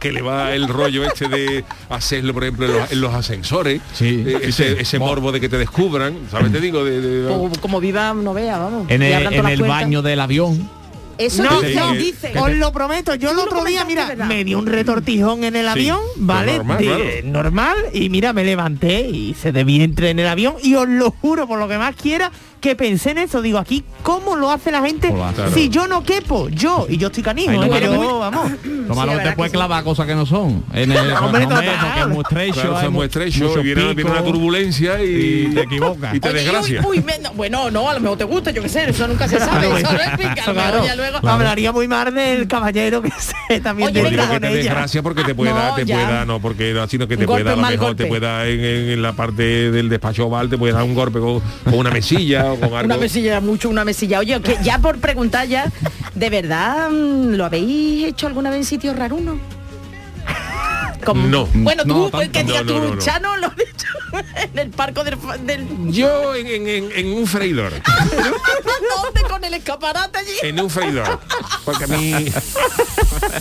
[SPEAKER 1] que le va el rollo este de hacerlo, por ejemplo, en los, en los ascensores,
[SPEAKER 7] Sí,
[SPEAKER 1] eh,
[SPEAKER 7] sí,
[SPEAKER 1] ese,
[SPEAKER 7] sí.
[SPEAKER 1] ese morbo de que te descubran, ¿sabes? Te digo, de, de-
[SPEAKER 8] O como viva no vea, vamos.
[SPEAKER 7] En
[SPEAKER 8] y
[SPEAKER 7] el,
[SPEAKER 8] abran todas
[SPEAKER 7] en
[SPEAKER 8] las
[SPEAKER 7] el
[SPEAKER 8] puertas.
[SPEAKER 7] baño del avión.
[SPEAKER 8] Eso
[SPEAKER 3] No,
[SPEAKER 8] dice,
[SPEAKER 1] no.
[SPEAKER 8] dice.
[SPEAKER 3] Os lo prometo, yo el otro día,
[SPEAKER 8] comentaste,
[SPEAKER 3] mira,
[SPEAKER 8] ¿verdad?
[SPEAKER 3] me di un retortijón en el avión, ¿vale?
[SPEAKER 1] normal,
[SPEAKER 3] De-
[SPEAKER 1] claro.
[SPEAKER 3] normal, y mira, me levanté y se de vientre en el avión, y os lo juro, por lo que más quiera, que pensé en eso, digo, aquí, ¿cómo lo hace la gente
[SPEAKER 7] Hola,
[SPEAKER 1] claro.
[SPEAKER 3] si yo no quepo? Yo, y yo estoy canijo,
[SPEAKER 7] Ay, no,
[SPEAKER 3] ¿eh?
[SPEAKER 7] vale,
[SPEAKER 3] pero
[SPEAKER 7] muy-
[SPEAKER 3] vamos.
[SPEAKER 7] Lo malo
[SPEAKER 8] la
[SPEAKER 7] que te puedes
[SPEAKER 8] verdad que sí.
[SPEAKER 7] clavar cosas que no son. En el,
[SPEAKER 3] Hombre, total.
[SPEAKER 7] porque es muy estrecho.
[SPEAKER 1] Claro,
[SPEAKER 7] hay
[SPEAKER 1] son muy
[SPEAKER 7] mu-
[SPEAKER 1] estrechos, y
[SPEAKER 7] muchos
[SPEAKER 1] viene, viene una
[SPEAKER 7] picos.
[SPEAKER 1] turbulencia y,
[SPEAKER 7] y te equivocas.
[SPEAKER 1] y te
[SPEAKER 8] Oye, y uy,
[SPEAKER 1] desgracia.
[SPEAKER 8] uy, me- no, bueno, no, a lo mejor te gusta, yo qué sé, eso nunca se sabe. eso no explica, a lo mejor
[SPEAKER 3] Claro,
[SPEAKER 8] ya luego.
[SPEAKER 3] Hablaría muy mal del caballero que se también
[SPEAKER 8] Oye,
[SPEAKER 1] Yo
[SPEAKER 3] de
[SPEAKER 1] digo que
[SPEAKER 8] venga.
[SPEAKER 3] con
[SPEAKER 1] te
[SPEAKER 3] ella.
[SPEAKER 1] desgracia porque te pueda,
[SPEAKER 8] No,
[SPEAKER 1] te
[SPEAKER 8] ya.
[SPEAKER 1] pueda, no, porque no, sino que te
[SPEAKER 8] Un golpe,
[SPEAKER 1] pueda, a lo
[SPEAKER 8] mal
[SPEAKER 1] mejor te
[SPEAKER 8] golpe.
[SPEAKER 1] pueda en, en- en la parte del despacho oval, te puede dar un golpe con, con una mesilla o con algo.
[SPEAKER 8] Una mesilla, mucho una mesilla. Oye, que ya por preguntar ya, ¿de verdad mm, lo habéis hecho alguna vez en sitio raro uno?
[SPEAKER 1] No.
[SPEAKER 8] Bueno, tú,
[SPEAKER 7] No,
[SPEAKER 8] pues, que
[SPEAKER 1] tampoco.
[SPEAKER 8] diga
[SPEAKER 1] No,
[SPEAKER 8] tú,
[SPEAKER 1] no, no, no.
[SPEAKER 8] Chano, lo has hecho en el parco del... fa- del
[SPEAKER 1] Yo en, en- en- en un freidor,
[SPEAKER 8] ¿Dónde? Con el escaparate allí.
[SPEAKER 1] en un freidor. Porque a mí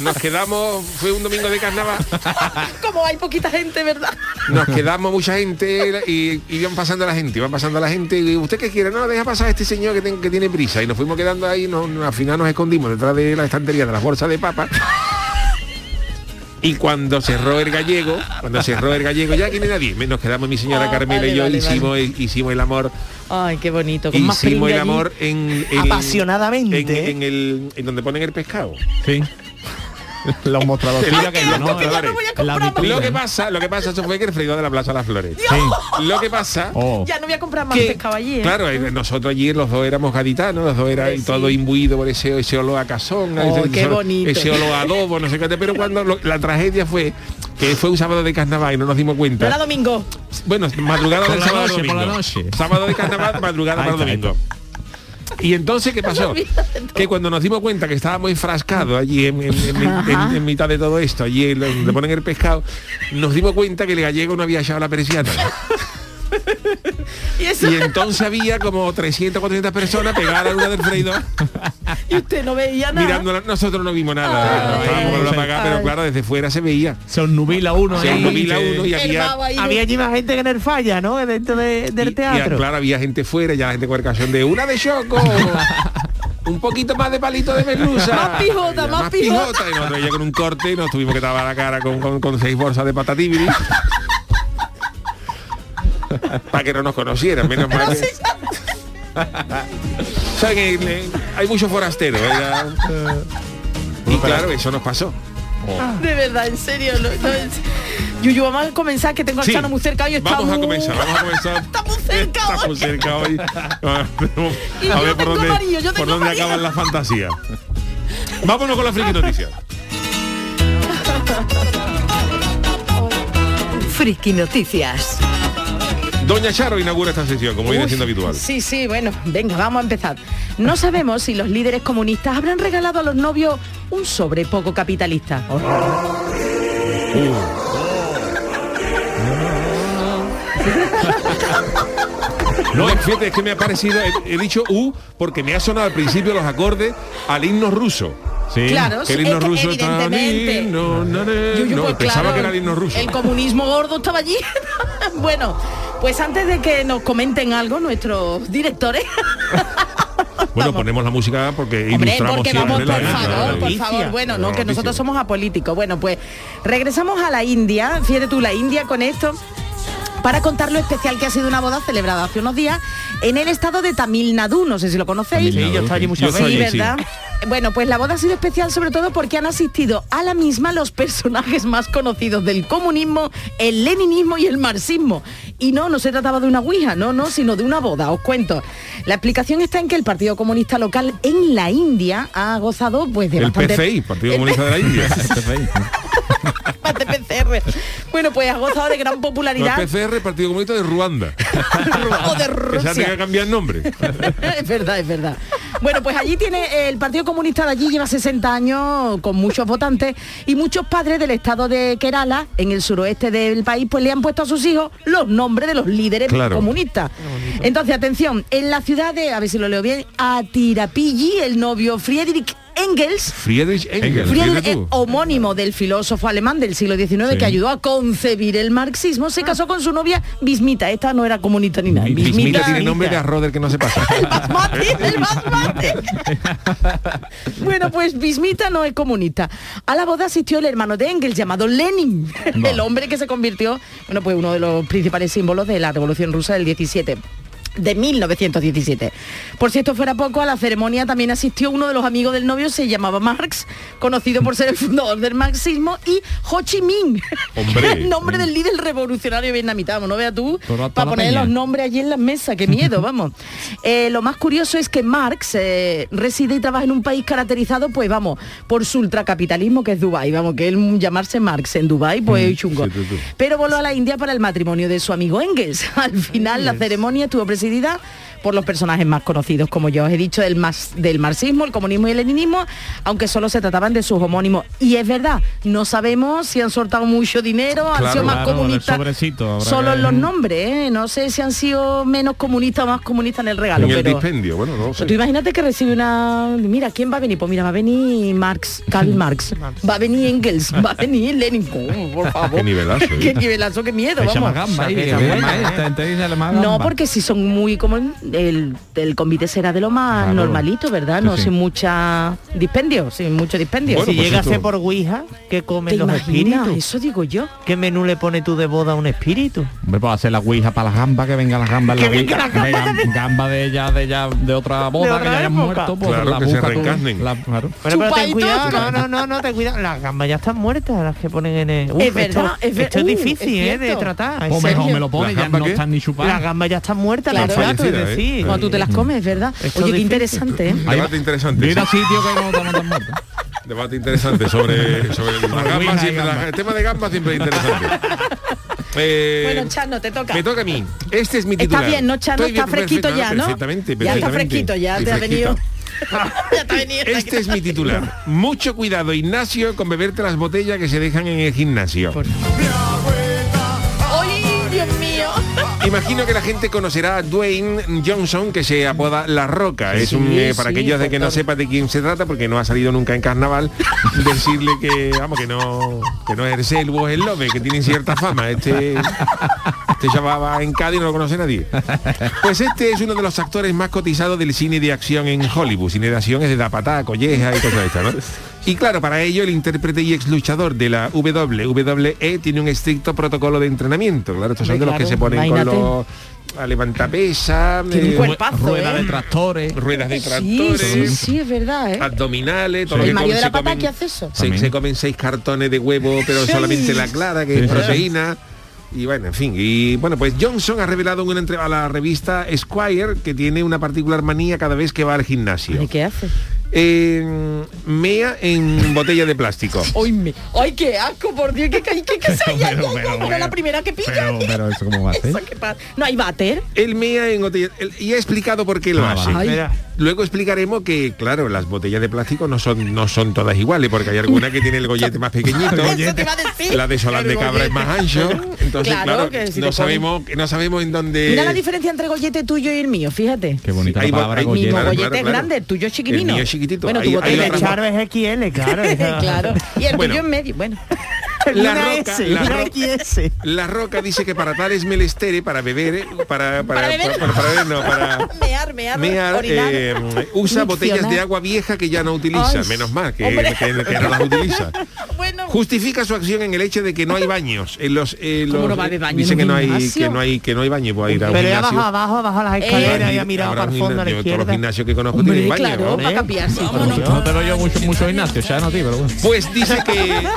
[SPEAKER 1] nos quedamos, fue un domingo de carnaval,
[SPEAKER 8] Como hay poquita gente, ¿verdad?
[SPEAKER 1] nos quedamos mucha gente y, y iban pasando la gente, iban pasando la gente y usted qué quiere, no, deja pasar a este señor que, ten- que tiene prisa. Y nos fuimos quedando ahí, nos- nos- al final nos escondimos detrás de la estantería de las bolsas de papa. Y cuando cerró el gallego, cuando cerró el gallego, ya aquí no hay nadie. Nos quedamos mi señora
[SPEAKER 8] Ah,
[SPEAKER 1] Carmela
[SPEAKER 8] vale,
[SPEAKER 1] y yo
[SPEAKER 8] vale,
[SPEAKER 1] hicimos, hicimos el amor
[SPEAKER 8] Ay, qué bonito. Con más
[SPEAKER 1] hicimos
[SPEAKER 8] pringue
[SPEAKER 1] el
[SPEAKER 8] allí.
[SPEAKER 1] amor en, en-
[SPEAKER 3] Apasionadamente,
[SPEAKER 1] en,
[SPEAKER 3] ¿eh?
[SPEAKER 1] en el en donde ponen el pescado
[SPEAKER 7] Sí. Los mostradores.
[SPEAKER 1] Ay, qué
[SPEAKER 7] no,
[SPEAKER 1] asco, que ya no
[SPEAKER 8] voy a
[SPEAKER 7] la
[SPEAKER 8] comprar más.
[SPEAKER 7] vitrina.
[SPEAKER 1] lo que pasa lo que pasa eso fue que el freidor de la plaza de las flores lo que pasa
[SPEAKER 7] Oh.
[SPEAKER 8] Ya no voy a comprar más
[SPEAKER 1] que-
[SPEAKER 8] pescado allí. ¿eh?
[SPEAKER 1] claro eh, nosotros allí los dos éramos gaditanos los dos era
[SPEAKER 8] Hombre, sí.
[SPEAKER 1] todo imbuido por ese ese olor a cazón
[SPEAKER 8] Oh,
[SPEAKER 1] ese,
[SPEAKER 8] qué
[SPEAKER 1] ese olor-
[SPEAKER 8] bonito.
[SPEAKER 1] ese olor a adobo no sé qué pero cuando lo- la tragedia fue que fue un sábado de carnaval y no nos dimos
[SPEAKER 8] No
[SPEAKER 1] cuenta
[SPEAKER 8] era domingo.
[SPEAKER 1] Bueno, madrugada
[SPEAKER 7] Por
[SPEAKER 1] del
[SPEAKER 7] la
[SPEAKER 1] sábado
[SPEAKER 7] noche,
[SPEAKER 1] al domingo.
[SPEAKER 7] por la noche.
[SPEAKER 1] Sábado de carnaval, madrugada
[SPEAKER 7] Ahí
[SPEAKER 1] para el
[SPEAKER 7] está, ahí
[SPEAKER 1] domingo. Y entonces, ¿qué pasó? Que cuando nos dimos cuenta que estábamos enfrascados allí en, en- en- en- en mitad de todo esto, allí en donde ponen el pescado, nos dimos cuenta que el gallego no había echado la persiana.
[SPEAKER 8] Y eso,
[SPEAKER 1] Y entonces había como 300, 400 personas pegadas a la luna del freidor,
[SPEAKER 8] y usted no veía nada.
[SPEAKER 1] mirándola. Nosotros no vimos nada,
[SPEAKER 7] Ay.
[SPEAKER 1] estábamos con la apagada, pero
[SPEAKER 8] Ay.
[SPEAKER 1] claro, desde fuera se veía.
[SPEAKER 7] Se obnubila uno
[SPEAKER 1] Se
[SPEAKER 7] ahí.
[SPEAKER 1] obnubila
[SPEAKER 7] que-
[SPEAKER 1] uno y había...
[SPEAKER 8] Hermano ahí.
[SPEAKER 3] Había allí más gente que en el falla, ¿no? Dentro de- del
[SPEAKER 1] Y- y,
[SPEAKER 3] teatro.
[SPEAKER 1] claro, había gente fuera, ya la gente con el cachón de una de choco. Un poquito más de palito de merluza.
[SPEAKER 8] Más pijota,
[SPEAKER 1] Y ya,
[SPEAKER 8] más pijota.
[SPEAKER 1] Y nosotros ya con un corte y nos tuvimos que tapar la cara con, con- con seis bolsas de patatibiri. Para que no nos conocieran, menos mal. que- O sea que le- hay muchos forasteros. ¿eh? Ya- Y claro, eso nos pasó.
[SPEAKER 8] De verdad, en serio. no- no es- Yuyu, vamos a comenzar, que tengo al
[SPEAKER 1] Sí.
[SPEAKER 8] Chano muy cerca y está
[SPEAKER 1] vamos a
[SPEAKER 8] muy-
[SPEAKER 1] comenzar, vamos a comenzar.
[SPEAKER 8] Está muy cerca
[SPEAKER 1] Estamos
[SPEAKER 8] hoy.
[SPEAKER 1] cerca hoy. Ah,
[SPEAKER 8] Y
[SPEAKER 1] a
[SPEAKER 8] yo
[SPEAKER 1] ver por
[SPEAKER 8] tengo
[SPEAKER 1] dónde,
[SPEAKER 8] amarillo, yo
[SPEAKER 1] por
[SPEAKER 8] tengo
[SPEAKER 1] dónde
[SPEAKER 8] amarillo.
[SPEAKER 1] acaban las fantasías. Vámonos con la friki noticia.
[SPEAKER 4] Friki Noticias.
[SPEAKER 1] Doña Charo inaugura esta sesión, como viene siendo habitual.
[SPEAKER 8] Sí, sí, bueno, venga, vamos a empezar. No sabemos si los líderes comunistas habrán regalado a los novios un sobre poco capitalista.
[SPEAKER 1] No, es- fíjate, es que me ha parecido, he, he dicho U porque me ha sonado al principio los acordes al himno ruso.
[SPEAKER 7] Sí.
[SPEAKER 8] Claro,
[SPEAKER 1] Que el
[SPEAKER 8] es
[SPEAKER 1] himno
[SPEAKER 8] que
[SPEAKER 1] ruso está-
[SPEAKER 8] evidentemente.
[SPEAKER 1] No, no, no,
[SPEAKER 8] Yuyu,
[SPEAKER 1] no,
[SPEAKER 8] pues,
[SPEAKER 1] pensaba
[SPEAKER 8] claro,
[SPEAKER 1] que era el himno ruso.
[SPEAKER 8] El comunismo gordo estaba allí. bueno, pues antes de que nos comenten algo nuestros directores.
[SPEAKER 1] Bueno, ponemos la música porque
[SPEAKER 8] Hombre,
[SPEAKER 1] E ilustramos
[SPEAKER 8] porque
[SPEAKER 1] siempre
[SPEAKER 8] vamos, por
[SPEAKER 1] la
[SPEAKER 8] favor, por
[SPEAKER 3] noticia.
[SPEAKER 8] favor. Bueno,
[SPEAKER 1] La
[SPEAKER 8] no, que
[SPEAKER 1] noticia.
[SPEAKER 8] nosotros somos apolíticos. Bueno, pues regresamos a la India. Fíjate tú, la India con esto. Para contar lo especial que ha sido una boda celebrada hace unos días en el estado de Tamil Nadu, no sé si lo conocéis.
[SPEAKER 3] Sí, yo estaba allí muchas
[SPEAKER 1] Yo soy-
[SPEAKER 8] Sí,
[SPEAKER 3] veces.
[SPEAKER 1] allí, sí.
[SPEAKER 8] ¿verdad? Bueno, pues la boda ha sido especial sobre todo porque han asistido a la misma los personajes más conocidos del comunismo, el leninismo y el marxismo. Y no, no se trataba de una ouija, no, no, sino de una boda, os cuento. La explicación está en que el Partido Comunista Local en la India ha gozado pues de
[SPEAKER 1] El
[SPEAKER 8] bastante...
[SPEAKER 1] PCI, Partido Comunista de la India.
[SPEAKER 7] este
[SPEAKER 8] bastante PCR. Bueno, pues ha gozado de gran
[SPEAKER 1] No,
[SPEAKER 8] popularidad.
[SPEAKER 1] el PCR, Partido Comunista de Ruanda.
[SPEAKER 8] o
[SPEAKER 1] Que se
[SPEAKER 8] de
[SPEAKER 1] ha tenido
[SPEAKER 8] Rusia.
[SPEAKER 1] que cambiar el nombre.
[SPEAKER 8] es verdad, es verdad. Bueno, pues allí tiene eh, el Partido Comunista de allí lleva 60 años con muchos votantes y muchos padres del estado de Kerala, en el suroeste del país, pues le han puesto a sus hijos los nombres de los líderes
[SPEAKER 1] Claro.
[SPEAKER 8] comunistas. Entonces, atención, en la ciudad de, a ver si lo leo bien, Atirapilli, el novio Friedrich Engels
[SPEAKER 1] Friedrich Engels.
[SPEAKER 8] Friedrich,
[SPEAKER 1] fíjate
[SPEAKER 8] eh,
[SPEAKER 1] tú.
[SPEAKER 8] homónimo del filósofo alemán del siglo XIX que ayudó a concebir el marxismo, se casó con su novia Bismita. Esta no era comunista ni nada.
[SPEAKER 1] Bismita tiene nombre de arroz del que no se pasa.
[SPEAKER 8] el basmati, el basmati. bueno, pues Bismita no es comunista. A la boda asistió el hermano de Engels llamado Lenin, el hombre que se convirtió, bueno, pues uno de los principales símbolos de la Revolución Rusa del 17 de 1917. Por si esto fuera poco, a la ceremonia también asistió uno de los amigos del novio, se llamaba Marx, conocido por ser el fundador del marxismo, y Ho Chi Minh,
[SPEAKER 1] Hombre.
[SPEAKER 8] el nombre del líder revolucionario vietnamita, Vamos, no vea tú,
[SPEAKER 7] Toda- toda
[SPEAKER 8] para
[SPEAKER 7] la
[SPEAKER 8] poner los
[SPEAKER 7] peña.
[SPEAKER 8] nombre allí en la mesa, qué miedo, vamos. Eh, lo más curioso es que Marx eh, reside y trabaja en un país caracterizado, pues vamos, por su ultracapitalismo que es Dubai, vamos, que él mm, llamarse Marx en Dubai, pues es chungo.
[SPEAKER 1] sí, tú, tú.
[SPEAKER 8] Pero voló a la India para el matrimonio de su amigo Engels. Al final la ceremonia estuvo presidida por los personajes más conocidos, como yo os he dicho, del, mas- del marxismo, el comunismo y el leninismo, aunque solo se trataban de sus homónimos. Y es verdad, no sabemos si han soltado mucho dinero, han
[SPEAKER 1] Claro,
[SPEAKER 8] sido más
[SPEAKER 7] claro, del
[SPEAKER 8] comunistas.
[SPEAKER 7] sobrecito, habrá
[SPEAKER 8] Solo
[SPEAKER 7] que-
[SPEAKER 8] los nombres, ¿eh? no sé si han sido menos comunistas o más comunistas en el regalo,
[SPEAKER 1] En el
[SPEAKER 8] pero...
[SPEAKER 1] dispendio, bueno, no
[SPEAKER 8] Tú
[SPEAKER 1] sé.
[SPEAKER 8] imagínate que recibe una... Mira, ¿quién va a venir? Pues mira, va a venir Marx, Karl Marx. Va a venir Engels, va a venir Lenin. Oh, por favor.
[SPEAKER 1] Qué nivelazo, ¿eh?
[SPEAKER 8] Qué nivelazo, qué miedo,
[SPEAKER 7] Echa más
[SPEAKER 8] vamos.
[SPEAKER 7] gamba ahí,
[SPEAKER 3] O sea, que
[SPEAKER 7] que
[SPEAKER 3] está
[SPEAKER 7] bien,
[SPEAKER 3] buena,
[SPEAKER 7] ahí,
[SPEAKER 3] ¿eh?
[SPEAKER 7] está- está ahí, dale más
[SPEAKER 8] No,
[SPEAKER 7] gamba.
[SPEAKER 8] porque si son muy como el, el convite será de lo más
[SPEAKER 7] Claro.
[SPEAKER 8] normalito, ¿verdad?
[SPEAKER 7] Sí,
[SPEAKER 8] No
[SPEAKER 7] sí.
[SPEAKER 8] sin mucha dispendio, sin mucho dispendio.
[SPEAKER 1] Bueno,
[SPEAKER 3] si
[SPEAKER 1] pues
[SPEAKER 3] llega
[SPEAKER 1] esto-
[SPEAKER 3] a ser por Ouija, ¿qué
[SPEAKER 8] ¿Te
[SPEAKER 3] comen los
[SPEAKER 8] imaginas?
[SPEAKER 3] espíritus?
[SPEAKER 8] Eso digo yo.
[SPEAKER 3] ¿Qué menú le pone tú de boda a un espíritu?
[SPEAKER 7] Hombre, pues hacer la ouija para la gamba, que venga la gamba en
[SPEAKER 3] Que
[SPEAKER 7] la
[SPEAKER 3] venga
[SPEAKER 7] ouija.
[SPEAKER 3] la
[SPEAKER 7] De
[SPEAKER 3] gamba
[SPEAKER 7] gam- gamba de ya, de ya, de otra boda,
[SPEAKER 3] otra
[SPEAKER 7] que ya hayan
[SPEAKER 3] época.
[SPEAKER 7] muerto, pues
[SPEAKER 1] Claro,
[SPEAKER 7] la
[SPEAKER 1] que se
[SPEAKER 7] busca con-
[SPEAKER 1] reencarnen.
[SPEAKER 7] la- claro.
[SPEAKER 3] Bueno, pero
[SPEAKER 8] Chupa y
[SPEAKER 3] ten cuidado,
[SPEAKER 8] toca.
[SPEAKER 3] no, no, no, no, ten cuidado. Las gambas ya están muertas, las que ponen en el... Uf,
[SPEAKER 8] Es verdad,
[SPEAKER 3] esto,
[SPEAKER 8] es ver-
[SPEAKER 3] esto es
[SPEAKER 8] uh,
[SPEAKER 3] difícil,
[SPEAKER 8] es
[SPEAKER 3] ¿eh? De
[SPEAKER 8] cierto.
[SPEAKER 3] tratar.
[SPEAKER 7] O
[SPEAKER 3] En
[SPEAKER 7] Pues mejor
[SPEAKER 3] serio.
[SPEAKER 7] me lo pone,
[SPEAKER 1] ¿La
[SPEAKER 7] ya
[SPEAKER 1] gamba
[SPEAKER 7] no
[SPEAKER 1] qué?
[SPEAKER 7] están ni
[SPEAKER 3] Las
[SPEAKER 7] chupadas.
[SPEAKER 3] gambas ya están muertas,
[SPEAKER 8] Claro.
[SPEAKER 3] los platos, es
[SPEAKER 1] Fallecidas, ¿eh?
[SPEAKER 3] decir.
[SPEAKER 8] Cuando tú te las comes, ¿verdad?
[SPEAKER 3] Esto es
[SPEAKER 8] Oye, qué
[SPEAKER 3] difícil.
[SPEAKER 8] interesante, ¿eh?
[SPEAKER 1] Debate interesante.
[SPEAKER 7] Mira
[SPEAKER 1] sí.
[SPEAKER 7] sitio que no están tan muertas.
[SPEAKER 1] Debate interesante sobre, sobre las
[SPEAKER 7] Ouija
[SPEAKER 1] gambas,
[SPEAKER 7] y
[SPEAKER 1] siempre-
[SPEAKER 7] gambas.
[SPEAKER 1] la- el tema de gambas siempre es interesante. Eh,
[SPEAKER 8] Bueno, Chano, te toca.
[SPEAKER 1] Me toca a mí. Este es mi
[SPEAKER 8] Está
[SPEAKER 1] titular.
[SPEAKER 8] bien, ¿no, Chano?
[SPEAKER 1] Estoy bien,
[SPEAKER 8] Está fresquito
[SPEAKER 1] perfecta-
[SPEAKER 8] ya, ¿no?
[SPEAKER 1] Perfectamente,
[SPEAKER 8] Ya está
[SPEAKER 1] perfectamente.
[SPEAKER 8] fresquito ya,
[SPEAKER 1] Y
[SPEAKER 8] te ha
[SPEAKER 1] fresquita.
[SPEAKER 8] venido. Ya te ha venido.
[SPEAKER 1] Este es mi titular. Mucho cuidado, Ignacio, con beberte las botellas que se dejan en el gimnasio.
[SPEAKER 8] ¡Ay, Dios mío!
[SPEAKER 1] Imagino que la gente conocerá a Dwayne Johnson, que se apoda La Roca. es un,
[SPEAKER 8] Sí,
[SPEAKER 1] eh, para
[SPEAKER 8] sí,
[SPEAKER 1] aquellos de que no
[SPEAKER 8] doctor.
[SPEAKER 1] sepa de quién se trata, porque no ha salido nunca en carnaval, decirle que, vamos, que no, que no es el Selvo, es el Love, que tienen cierta fama. Este, este chaval va en Cádiz y no lo conoce nadie. Pues este es uno de los actores más cotizados del cine de acción en Hollywood. Cine de acción es de Dapatá, Colleja y cosas de estas, ¿no? Y claro, para ello el intérprete y ex luchador de la E WWE tiene un estricto protocolo de entrenamiento. Claro, estos son de los que
[SPEAKER 8] Claro,
[SPEAKER 1] se ponen con
[SPEAKER 8] imagínate.
[SPEAKER 1] los a levantar pesas,
[SPEAKER 8] Tiene un
[SPEAKER 1] eh,
[SPEAKER 8] cuerpazo,
[SPEAKER 7] Rueda
[SPEAKER 8] ¿eh?
[SPEAKER 7] de tractores.
[SPEAKER 1] ruedas de
[SPEAKER 8] Sí,
[SPEAKER 1] tractores,
[SPEAKER 8] sí, sí, es verdad, ¿eh?
[SPEAKER 1] abdominales,
[SPEAKER 7] Sí.
[SPEAKER 1] todo lo que
[SPEAKER 8] El
[SPEAKER 1] comen,
[SPEAKER 8] Mario de
[SPEAKER 1] se
[SPEAKER 8] la Pata,
[SPEAKER 1] comen-
[SPEAKER 8] ¿qué hace eso?
[SPEAKER 1] se,
[SPEAKER 7] También.
[SPEAKER 1] se comen seis cartones de huevo, pero solamente la clara, que es proteína. Y bueno, en fin, y bueno, pues Johnson ha revelado en una entrevista a la revista Squire que tiene una particular manía cada vez que va al gimnasio.
[SPEAKER 8] ¿Y qué hace?
[SPEAKER 1] Eh, mea en botella de plástico.
[SPEAKER 8] ¡Ay, ¡Ay, qué asco, por Dios! ¡Qué caí, qué que se haya
[SPEAKER 7] Pero, pero,
[SPEAKER 8] Pero la
[SPEAKER 7] pero,
[SPEAKER 8] primera que pilla.
[SPEAKER 7] Pero,
[SPEAKER 8] tío.
[SPEAKER 7] pero eso cómo va a ser.
[SPEAKER 9] ¿eh?
[SPEAKER 8] Eso que pasa. No hay váter.
[SPEAKER 1] Él mea en botella... él- y ha explicado por qué lo
[SPEAKER 7] Ah,
[SPEAKER 1] hace.
[SPEAKER 7] vale.
[SPEAKER 8] Ay.
[SPEAKER 3] Mira,
[SPEAKER 1] Luego explicaremos que, claro, las botellas de plástico no son, no son todas iguales, porque hay alguna que tiene el gollete más pequeñito.
[SPEAKER 8] Eso te iba a decir.
[SPEAKER 1] La de Solán de
[SPEAKER 8] El
[SPEAKER 1] Cabra es
[SPEAKER 8] gollete.
[SPEAKER 1] más ancho. Entonces,
[SPEAKER 8] Claro,
[SPEAKER 1] claro,
[SPEAKER 8] que si te
[SPEAKER 1] no,
[SPEAKER 8] ponen-
[SPEAKER 1] sabemos, no sabemos en dónde...
[SPEAKER 8] Mira la diferencia entre gollete tuyo y el mío, fíjate.
[SPEAKER 7] Qué bonita
[SPEAKER 1] Hay
[SPEAKER 7] la
[SPEAKER 1] bo-
[SPEAKER 7] palabra
[SPEAKER 1] hay-
[SPEAKER 8] Mi
[SPEAKER 7] gollete.
[SPEAKER 1] mismo claro,
[SPEAKER 8] gollete
[SPEAKER 1] claro,
[SPEAKER 8] es
[SPEAKER 1] claro.
[SPEAKER 8] grande, el tuyo es chiquitino.
[SPEAKER 1] El mío es chiquitito.
[SPEAKER 8] Bueno, tu
[SPEAKER 1] Ahí- ahí
[SPEAKER 8] botella
[SPEAKER 1] la
[SPEAKER 3] el
[SPEAKER 8] es
[SPEAKER 3] de
[SPEAKER 1] otra-
[SPEAKER 8] grande.
[SPEAKER 3] Charo es XL, claro. esa-
[SPEAKER 8] Claro. Y el
[SPEAKER 1] Bueno.
[SPEAKER 8] tuyo en medio. Bueno.
[SPEAKER 1] La
[SPEAKER 3] una
[SPEAKER 1] roca-
[SPEAKER 3] S,
[SPEAKER 1] la
[SPEAKER 3] una
[SPEAKER 1] roca-
[SPEAKER 3] XS.
[SPEAKER 1] La Roca dice que para tales melestere, para beber, eh, para, para,
[SPEAKER 8] Para beber.
[SPEAKER 1] para- para beber, no, para
[SPEAKER 8] mear, mear,
[SPEAKER 1] mear,
[SPEAKER 8] orinar.
[SPEAKER 1] eh, usa
[SPEAKER 8] Miccionar.
[SPEAKER 1] botellas de agua vieja que ya no utiliza,
[SPEAKER 8] Ay,
[SPEAKER 1] menos mal que,
[SPEAKER 8] hombre.
[SPEAKER 1] que- que no las utiliza.
[SPEAKER 8] Bueno.
[SPEAKER 1] Justifica su acción en el hecho de que no hay baños. En los, eh,
[SPEAKER 8] ¿Cómo
[SPEAKER 1] los-
[SPEAKER 8] no va a haber baño
[SPEAKER 1] dice
[SPEAKER 8] en
[SPEAKER 1] que
[SPEAKER 8] un
[SPEAKER 1] no hay
[SPEAKER 8] gimnasio?
[SPEAKER 1] que no hay que no hay baño, pues ir a un
[SPEAKER 3] Pero ya ha
[SPEAKER 1] gimnasio.
[SPEAKER 3] bajado abajo, ha bajado las
[SPEAKER 8] Eh.
[SPEAKER 3] escaleras y ha mirado
[SPEAKER 1] Habrá
[SPEAKER 3] para el
[SPEAKER 1] un
[SPEAKER 3] fondo a la
[SPEAKER 1] gimnasio, todos los
[SPEAKER 3] izquierda.
[SPEAKER 1] gimnasios que conozco
[SPEAKER 8] Hombre,
[SPEAKER 1] tienen baño.
[SPEAKER 8] claro,
[SPEAKER 1] ¿no?
[SPEAKER 8] para cambiarse.
[SPEAKER 7] No te lo yo mucho, mucho Ignacio, ya no, tío, pero bueno.
[SPEAKER 1] Pues dice que,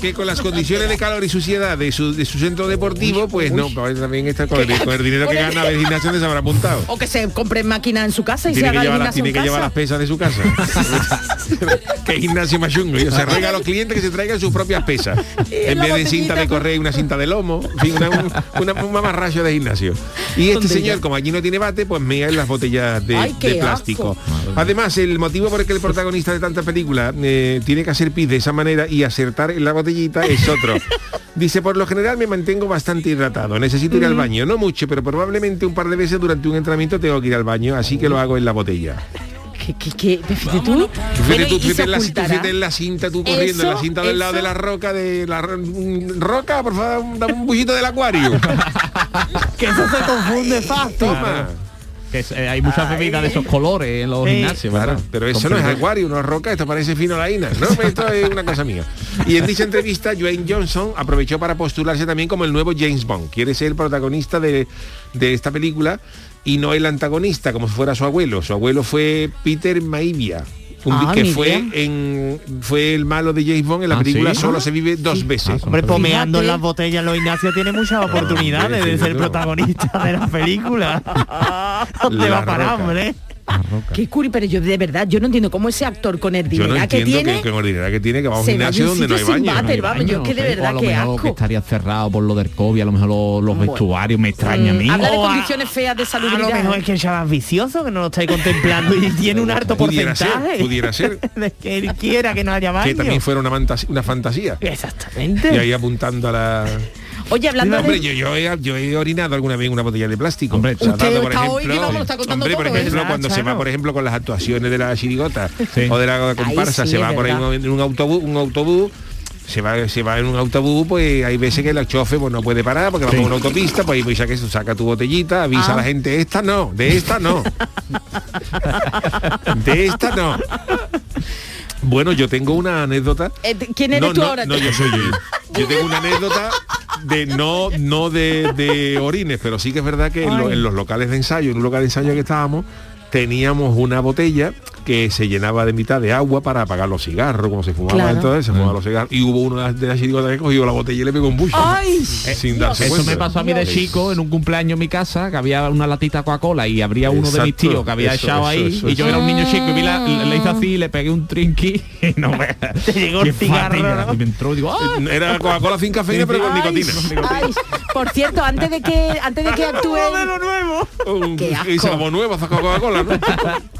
[SPEAKER 1] que con las condiciones de calor y suciedad de su, de su centro deportivo, pues no, pues también está con el, con el dinero que gana el gimnasio se habrá apuntado.
[SPEAKER 8] O que se compre máquina en su casa y se
[SPEAKER 1] Tiene que,
[SPEAKER 8] haga el
[SPEAKER 1] llevar las,
[SPEAKER 8] gimnasio
[SPEAKER 1] tiene
[SPEAKER 8] en
[SPEAKER 1] que llevar
[SPEAKER 8] casa.
[SPEAKER 1] las pesas de su casa. que gimnasio más chungo. Y se ruega a los clientes que se traigan sus propias pesas. En
[SPEAKER 8] la
[SPEAKER 1] vez de
[SPEAKER 8] botellita
[SPEAKER 1] cinta de
[SPEAKER 8] con-
[SPEAKER 1] correr, una cinta de lomo. En fin, una, un, una, un mamarracho de gimnasio. Y este
[SPEAKER 8] ¿Dónde
[SPEAKER 1] señor,
[SPEAKER 8] ya?
[SPEAKER 1] como aquí no tiene bate, pues mea en las botellas de,
[SPEAKER 8] Ay, qué
[SPEAKER 1] de plástico. Además, el motivo por el que el protagonista de tanta película eh, tiene que hacer pis de esa manera y acertar en la botellita es otro. Dice, por lo general me mantengo bastante hidratado, necesito ir al baño, no mucho, pero probablemente un par de veces durante un entrenamiento tengo que ir al baño, así que lo hago en la botella.
[SPEAKER 8] ¿Qué, qué, qué? Fíjate tú.
[SPEAKER 1] Fíjate
[SPEAKER 8] Bueno,
[SPEAKER 1] tú,
[SPEAKER 8] y
[SPEAKER 1] fíjate
[SPEAKER 8] se
[SPEAKER 1] en la, tú
[SPEAKER 8] ocultará.
[SPEAKER 1] fíjate en la cinta, tú corriendo, en la
[SPEAKER 8] Eso,
[SPEAKER 1] cinta del lado
[SPEAKER 8] eso.
[SPEAKER 1] de la roca, de la ro- mm, roca, por favor, dame un bullito del acuario.
[SPEAKER 3] Que eso se confunde fácil.
[SPEAKER 1] Toma.
[SPEAKER 7] Que es- eh, hay muchas bebidas de esos colores en los
[SPEAKER 3] Sí.
[SPEAKER 7] gimnasios,
[SPEAKER 1] Claro,
[SPEAKER 7] ¿verdad?
[SPEAKER 1] pero eso
[SPEAKER 7] Con
[SPEAKER 1] no es
[SPEAKER 7] frijoles.
[SPEAKER 1] acuario, no es roca, esto parece finolaína, ¿no? Pues Esto es una cosa mía. Y en dicha entrevista, Dwayne Johnson aprovechó para postularse también como el nuevo James Bond. Quiere ser el protagonista de, de esta película y no el antagonista, como si fuera su abuelo. Su abuelo fue Peter Maivia. un-
[SPEAKER 8] Ah,
[SPEAKER 1] que
[SPEAKER 8] mira.
[SPEAKER 1] fue en fue el malo de James Bond en la
[SPEAKER 7] Ah,
[SPEAKER 1] película
[SPEAKER 7] ¿sí?
[SPEAKER 1] Solo se vive dos
[SPEAKER 7] Ah,
[SPEAKER 1] veces.
[SPEAKER 7] son
[SPEAKER 3] Hombre, pomeando en
[SPEAKER 8] Fíjate.
[SPEAKER 3] las botellas, los Ignacio tiene muchas oportunidades
[SPEAKER 1] sí,
[SPEAKER 3] de
[SPEAKER 1] sí,
[SPEAKER 3] ser
[SPEAKER 1] no.
[SPEAKER 3] protagonista de la película. ¿Dónde
[SPEAKER 1] La
[SPEAKER 3] va a parar,
[SPEAKER 1] Roca.
[SPEAKER 3] hombre?
[SPEAKER 8] Qué curi, pero yo de verdad, yo no entiendo cómo ese actor con el
[SPEAKER 1] Yo
[SPEAKER 8] dinero
[SPEAKER 1] no
[SPEAKER 8] que
[SPEAKER 1] entiendo
[SPEAKER 8] tiene...
[SPEAKER 1] que, que con el dinero que tiene que va a un
[SPEAKER 8] se va de
[SPEAKER 1] gimnasio
[SPEAKER 8] un
[SPEAKER 1] donde no hay
[SPEAKER 8] sitio sin
[SPEAKER 1] baño.
[SPEAKER 8] váter, vamos, yo
[SPEAKER 7] Ay,
[SPEAKER 8] que de
[SPEAKER 7] no sé,
[SPEAKER 8] verdad,
[SPEAKER 7] o a lo
[SPEAKER 8] qué
[SPEAKER 7] mejor
[SPEAKER 8] asco.
[SPEAKER 7] que estaría cerrado por lo del COVID, a lo mejor lo- los
[SPEAKER 8] Bueno.
[SPEAKER 7] vestuarios, me extraña a mí.
[SPEAKER 8] Mm, Habla de
[SPEAKER 3] O a-
[SPEAKER 8] condiciones feas de
[SPEAKER 3] A lo Ah, mejor
[SPEAKER 8] salubridad.
[SPEAKER 3] es que el chaval es vicioso, que no lo estáis contemplando y tiene un harto
[SPEAKER 1] Pudiera ser,
[SPEAKER 3] porcentaje.
[SPEAKER 1] pudiera ser.
[SPEAKER 3] De que él quiera que no haya baño.
[SPEAKER 1] Que también fuera una, mantas- una fantasía.
[SPEAKER 3] Exactamente.
[SPEAKER 8] Este
[SPEAKER 1] Y ahí apuntando a la...
[SPEAKER 8] Oye, hablando
[SPEAKER 1] Hombre,
[SPEAKER 8] de...
[SPEAKER 1] yo, yo he, yo he orinado alguna vez en una botella de plástico.
[SPEAKER 7] Hombre,
[SPEAKER 1] O sea,
[SPEAKER 8] usted
[SPEAKER 1] dado, por
[SPEAKER 8] está hoy que
[SPEAKER 1] ejemplo,
[SPEAKER 8] vamos, lo está contando
[SPEAKER 1] hombre, por
[SPEAKER 8] todo, ¿eh?
[SPEAKER 1] ejemplo,
[SPEAKER 3] Ah,
[SPEAKER 1] cuando se
[SPEAKER 3] claro.
[SPEAKER 1] va, por ejemplo, con las actuaciones de la chirigota
[SPEAKER 7] Sí.
[SPEAKER 1] o de la comparsa,
[SPEAKER 8] sí,
[SPEAKER 1] se
[SPEAKER 8] es
[SPEAKER 1] va por ahí
[SPEAKER 8] verdad.
[SPEAKER 1] en un autobús, un autobús. Se va, se va en un autobús, pues hay veces que el chofer pues, no puede parar porque va
[SPEAKER 7] Sí.
[SPEAKER 1] por una autopista, pues ahí pues, saca, saca tu botellita, avisa
[SPEAKER 8] Ah.
[SPEAKER 1] a la gente, esta no, de esta no. de esta no. Bueno, yo tengo una anécdota
[SPEAKER 8] Eh, ¿Quién eres
[SPEAKER 1] no,
[SPEAKER 8] tú
[SPEAKER 1] no,
[SPEAKER 8] ahora?
[SPEAKER 1] No, yo soy yo. Yo tengo una anécdota de no no de, de orines, pero sí que es verdad que en, lo- en los locales de ensayo, en un local de ensayo que estábamos, teníamos una botella que se llenaba de mitad de agua para apagar los cigarros, como se fumaba
[SPEAKER 8] Claro.
[SPEAKER 1] entonces, se
[SPEAKER 7] Mm.
[SPEAKER 1] fumaban los cigarros. Y hubo una de las chirigotas que cogió la botella y le pegó un bucho.
[SPEAKER 8] Ay,
[SPEAKER 1] Eh, sin darse
[SPEAKER 7] Eso
[SPEAKER 1] cuenta.
[SPEAKER 7] me pasó a mí de
[SPEAKER 1] Dios.
[SPEAKER 7] chico en un cumpleaños en mi casa, que había una latita Coca-Cola y habría uno de mis
[SPEAKER 1] Exacto,
[SPEAKER 7] tíos que había
[SPEAKER 1] eso,
[SPEAKER 7] echado
[SPEAKER 1] eso,
[SPEAKER 7] ahí
[SPEAKER 1] eso,
[SPEAKER 7] y
[SPEAKER 1] eso.
[SPEAKER 7] yo era un niño chico y vi la- le, le hice así y le pegué un trinqui y no me...
[SPEAKER 3] Te llegó el
[SPEAKER 7] Qué faena,
[SPEAKER 3] cigarro, ¿no?
[SPEAKER 7] y me entró y digo, ¡ah!
[SPEAKER 1] Eh, Era Coca-Cola sin cafeína, pero con
[SPEAKER 8] Ay,
[SPEAKER 1] nicotina.
[SPEAKER 8] ay. Por cierto, antes de que antes de que actúen,
[SPEAKER 3] modelo nuevo.
[SPEAKER 1] Un-
[SPEAKER 8] Qué asco.
[SPEAKER 1] Y sabor nuevo, hace Coca-Cola, ¿no?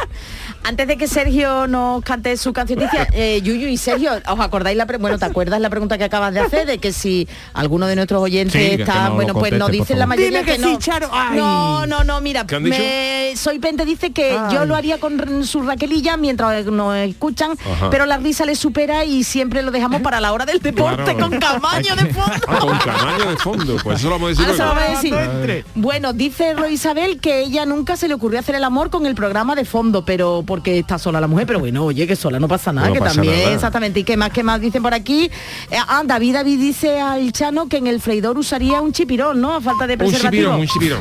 [SPEAKER 8] antes de que Sergio nos cante su canción, eh, Yuyu y Sergio, ¿os acordáis la pre- bueno, te acuerdas la pregunta que acabas de hacer de que si alguno de nuestros oyentes
[SPEAKER 7] Sí, que
[SPEAKER 8] está,
[SPEAKER 7] no lo
[SPEAKER 8] bueno, pues nos
[SPEAKER 7] conteste, por
[SPEAKER 8] dicen la
[SPEAKER 7] favor.
[SPEAKER 8] mayoría
[SPEAKER 3] Dime que sí,
[SPEAKER 8] no.
[SPEAKER 3] Charo. Ay.
[SPEAKER 8] No, no, no, mira,
[SPEAKER 1] ¿Qué han dicho?
[SPEAKER 8] me eh, Soy Pente dice que yo lo haría con su Raquelilla mientras nos escuchan,
[SPEAKER 1] Ajá.
[SPEAKER 8] pero la risa le supera y siempre lo
[SPEAKER 7] ¿Eh?
[SPEAKER 8] dejamos para la hora del deporte
[SPEAKER 1] Claro.
[SPEAKER 8] con Camaño de fondo.
[SPEAKER 1] Ah, con Camaño de fondo, pues eso lo vamos a decir
[SPEAKER 8] Ahora se lo
[SPEAKER 1] luego. Ah,
[SPEAKER 8] voy a decir.
[SPEAKER 3] Cuando entre.
[SPEAKER 8] Bueno, dice Ro Isabel que ella nunca se le ocurrió hacer el amor con el programa de fondo, pero porque está sola la mujer, pero bueno, oye, que sola no pasa nada,
[SPEAKER 1] No
[SPEAKER 8] que
[SPEAKER 1] pasa
[SPEAKER 8] también,
[SPEAKER 1] nada.
[SPEAKER 8] exactamente. ¿Y qué más, qué más dicen por aquí? Eh, ah, David, David dice al Chano que en el freidor usaría un chipirón, ¿no? A falta de
[SPEAKER 1] Un
[SPEAKER 8] preservativo.
[SPEAKER 1] chipirón, un chipirón.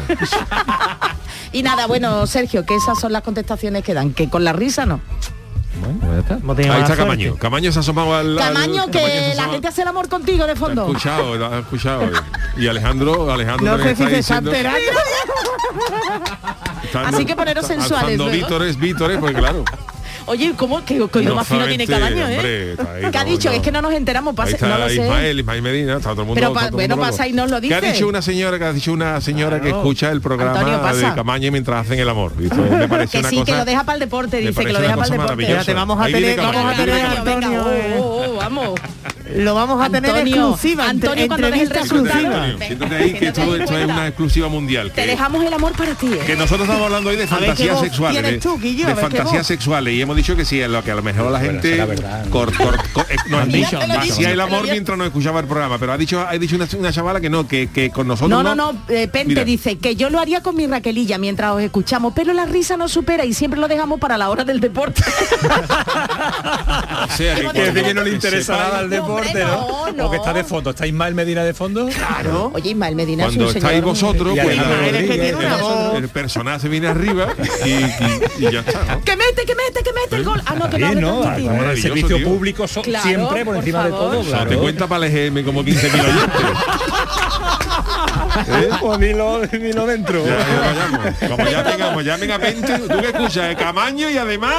[SPEAKER 8] y nada, bueno, Sergio, que esas son las contestaciones que dan, que con la risa no.
[SPEAKER 10] Bueno, pues ya está.
[SPEAKER 3] Hemos tenido
[SPEAKER 1] Ahí
[SPEAKER 3] mala
[SPEAKER 1] está
[SPEAKER 3] suerte.
[SPEAKER 1] Camaño. Camaño se ha asomado al... al-
[SPEAKER 8] Camaño,
[SPEAKER 1] Camaño se ha
[SPEAKER 8] que la
[SPEAKER 1] asomado.
[SPEAKER 8] gente hace el amor contigo de
[SPEAKER 1] Lo ha
[SPEAKER 8] fondo.
[SPEAKER 1] escuchado, lo ha escuchado. Y Alejandro, Alejandro
[SPEAKER 3] No
[SPEAKER 1] también
[SPEAKER 3] sé si se está
[SPEAKER 1] diciendo-
[SPEAKER 3] enterando.
[SPEAKER 1] está-
[SPEAKER 8] Así que poneros
[SPEAKER 1] está
[SPEAKER 8] sensuales
[SPEAKER 1] alzando
[SPEAKER 8] luego.
[SPEAKER 1] vítores, vítores, pues claro.
[SPEAKER 8] Oye, ¿cómo que que oído
[SPEAKER 1] No
[SPEAKER 8] más fino tiene
[SPEAKER 1] solamente,
[SPEAKER 8] Camaño,
[SPEAKER 1] hombre,
[SPEAKER 8] eh?
[SPEAKER 1] está ahí,
[SPEAKER 8] ¿Qué ha
[SPEAKER 1] no,
[SPEAKER 8] dicho?
[SPEAKER 1] no.
[SPEAKER 8] Es que no nos enteramos,
[SPEAKER 1] Ahí
[SPEAKER 8] pase,
[SPEAKER 1] está
[SPEAKER 8] no lo sé.
[SPEAKER 1] Ismael, Ismael Medina, está todo el mundo.
[SPEAKER 8] Pero pa-
[SPEAKER 1] está todo el mundo
[SPEAKER 8] bueno,
[SPEAKER 1] loco.
[SPEAKER 8] pasa y nos lo
[SPEAKER 1] ¿Qué ha
[SPEAKER 8] dice?
[SPEAKER 1] dicho una señora? Que ha dicho una señora que escucha el
[SPEAKER 8] Antonio,
[SPEAKER 1] programa
[SPEAKER 8] pasa.
[SPEAKER 1] de Camaño mientras hacen el amor. Y esto me parece
[SPEAKER 8] Que
[SPEAKER 1] una
[SPEAKER 8] sí, que
[SPEAKER 1] cosa-
[SPEAKER 8] lo deja para el deporte,
[SPEAKER 1] me
[SPEAKER 8] dice que
[SPEAKER 1] parece
[SPEAKER 8] lo
[SPEAKER 1] una
[SPEAKER 8] deja para
[SPEAKER 1] cosa
[SPEAKER 8] el deporte.
[SPEAKER 1] maravillosa.
[SPEAKER 3] Espérate, vamos a
[SPEAKER 1] Ahí viene
[SPEAKER 3] tener- vamos
[SPEAKER 1] Camaño.
[SPEAKER 3] a tener-
[SPEAKER 8] Venga, venga,
[SPEAKER 3] Antonio,
[SPEAKER 8] oh, oh, oh, vamos.
[SPEAKER 3] Lo vamos a tener
[SPEAKER 8] Antonio,
[SPEAKER 3] exclusiva. entre-
[SPEAKER 8] Antonio, cuando deje el
[SPEAKER 3] entrevista
[SPEAKER 1] Siéntate,
[SPEAKER 3] exclusiva.
[SPEAKER 8] resultado.
[SPEAKER 1] Antonio,
[SPEAKER 8] Venga,
[SPEAKER 1] siéntate ahí, que esto,
[SPEAKER 8] siéntate ahí,
[SPEAKER 1] esto es
[SPEAKER 8] cuenta.
[SPEAKER 1] una exclusiva mundial.
[SPEAKER 8] Te
[SPEAKER 1] que-
[SPEAKER 8] dejamos el amor para ti. eh.
[SPEAKER 1] Que nosotros estamos hablando hoy de
[SPEAKER 3] qué
[SPEAKER 1] fantasías
[SPEAKER 3] voz
[SPEAKER 1] sexuales.
[SPEAKER 3] tienes
[SPEAKER 1] de-
[SPEAKER 3] tú, Guillo, a
[SPEAKER 1] de
[SPEAKER 3] ver qué
[SPEAKER 1] fantasías
[SPEAKER 3] voz.
[SPEAKER 1] sexuales. Y hemos dicho que sí, a lo que a lo mejor la gente
[SPEAKER 10] será verdad, ¿no?
[SPEAKER 1] cor- cor- cor- eh, no,
[SPEAKER 10] Han
[SPEAKER 1] dicho,
[SPEAKER 10] dicho, te lo he
[SPEAKER 1] hacía
[SPEAKER 10] dicho,
[SPEAKER 1] el
[SPEAKER 8] te lo
[SPEAKER 1] amor
[SPEAKER 8] había-
[SPEAKER 1] mientras no escuchaba el programa. Pero ha dicho, ha dicho una, una chavala que no, que, que con nosotros.
[SPEAKER 8] No, no, no, eh, Pente
[SPEAKER 1] Mira.
[SPEAKER 8] dice que yo lo haría con mi Raquelilla mientras os escuchamos, pero la risa no supera y siempre lo dejamos para la hora del deporte.
[SPEAKER 1] O sea,
[SPEAKER 8] Quiere
[SPEAKER 1] cuando-
[SPEAKER 11] Parece que no le interesa
[SPEAKER 1] sepa-
[SPEAKER 11] nada el
[SPEAKER 8] No, hombre,
[SPEAKER 11] deporte, ¿no?
[SPEAKER 8] no, no.
[SPEAKER 11] Porque está de fondo. ¿Está Ismael Medina de fondo?
[SPEAKER 8] Claro. Oye, Ismael Medina es
[SPEAKER 1] Cuando
[SPEAKER 8] un
[SPEAKER 1] estáis
[SPEAKER 8] señor-
[SPEAKER 1] vosotros,
[SPEAKER 11] Y
[SPEAKER 1] pues,
[SPEAKER 11] Alejandro
[SPEAKER 1] la-
[SPEAKER 3] Rodríguez,
[SPEAKER 1] el-
[SPEAKER 3] que tiene una voz.
[SPEAKER 1] el, el personaje viene arriba y, y- y ya está, ¿no?
[SPEAKER 8] Que mete, que mete, que mete el gol. Ah, no, que no,
[SPEAKER 11] Bien,
[SPEAKER 8] hable
[SPEAKER 11] ¿no?
[SPEAKER 8] tanto, tío.
[SPEAKER 11] El
[SPEAKER 1] maravilloso,
[SPEAKER 11] servicio
[SPEAKER 1] tío.
[SPEAKER 11] público so-
[SPEAKER 8] Claro,
[SPEAKER 11] siempre
[SPEAKER 8] por
[SPEAKER 11] por encima de
[SPEAKER 8] favor.
[SPEAKER 11] todo,
[SPEAKER 1] O sea, te
[SPEAKER 11] claro.
[SPEAKER 1] cuenta para el EGM como 15.000 oyentes.
[SPEAKER 11] ¿Eh? Pues dilo, dilo dentro.
[SPEAKER 1] Ya, ya lo llamo. Como ya tengamos, llamen a 20, tú que escuchas, eh, Camaño y además...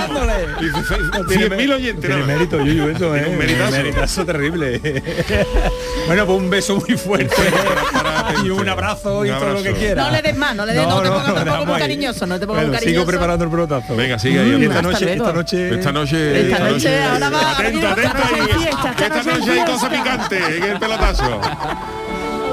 [SPEAKER 11] Dándole.
[SPEAKER 1] Dice,
[SPEAKER 11] No tiene
[SPEAKER 1] 100.000
[SPEAKER 11] mé-
[SPEAKER 1] oyentes.
[SPEAKER 11] Tiene
[SPEAKER 1] nada más.
[SPEAKER 11] mérito, Yuyu, eso,
[SPEAKER 1] Tiene
[SPEAKER 11] ¿eh?
[SPEAKER 1] un meritazo.
[SPEAKER 11] terrible. bueno, pues un beso muy fuerte. y un abrazo y
[SPEAKER 1] Un
[SPEAKER 11] todo lo
[SPEAKER 1] abrazo.
[SPEAKER 11] que quieras.
[SPEAKER 8] No le des más, no le des- no te pongas tampoco muy
[SPEAKER 11] vamos ahí.
[SPEAKER 8] cariñoso, no te pongas muy
[SPEAKER 11] Bueno,
[SPEAKER 8] cariñoso.
[SPEAKER 11] Sigo preparando el pelotazo.
[SPEAKER 1] Venga, sigue ahí,
[SPEAKER 11] Y
[SPEAKER 1] hombre.
[SPEAKER 11] esta
[SPEAKER 8] Hasta
[SPEAKER 11] noche,
[SPEAKER 8] luego.
[SPEAKER 11] esta noche...
[SPEAKER 1] Esta noche.
[SPEAKER 8] Esta noche, ahora va-
[SPEAKER 1] Atenta,
[SPEAKER 8] viene otra
[SPEAKER 1] atenta.
[SPEAKER 8] cosa de
[SPEAKER 1] que-
[SPEAKER 8] fiesta,
[SPEAKER 1] que Esta noche hay cosa picante en el pelotazo.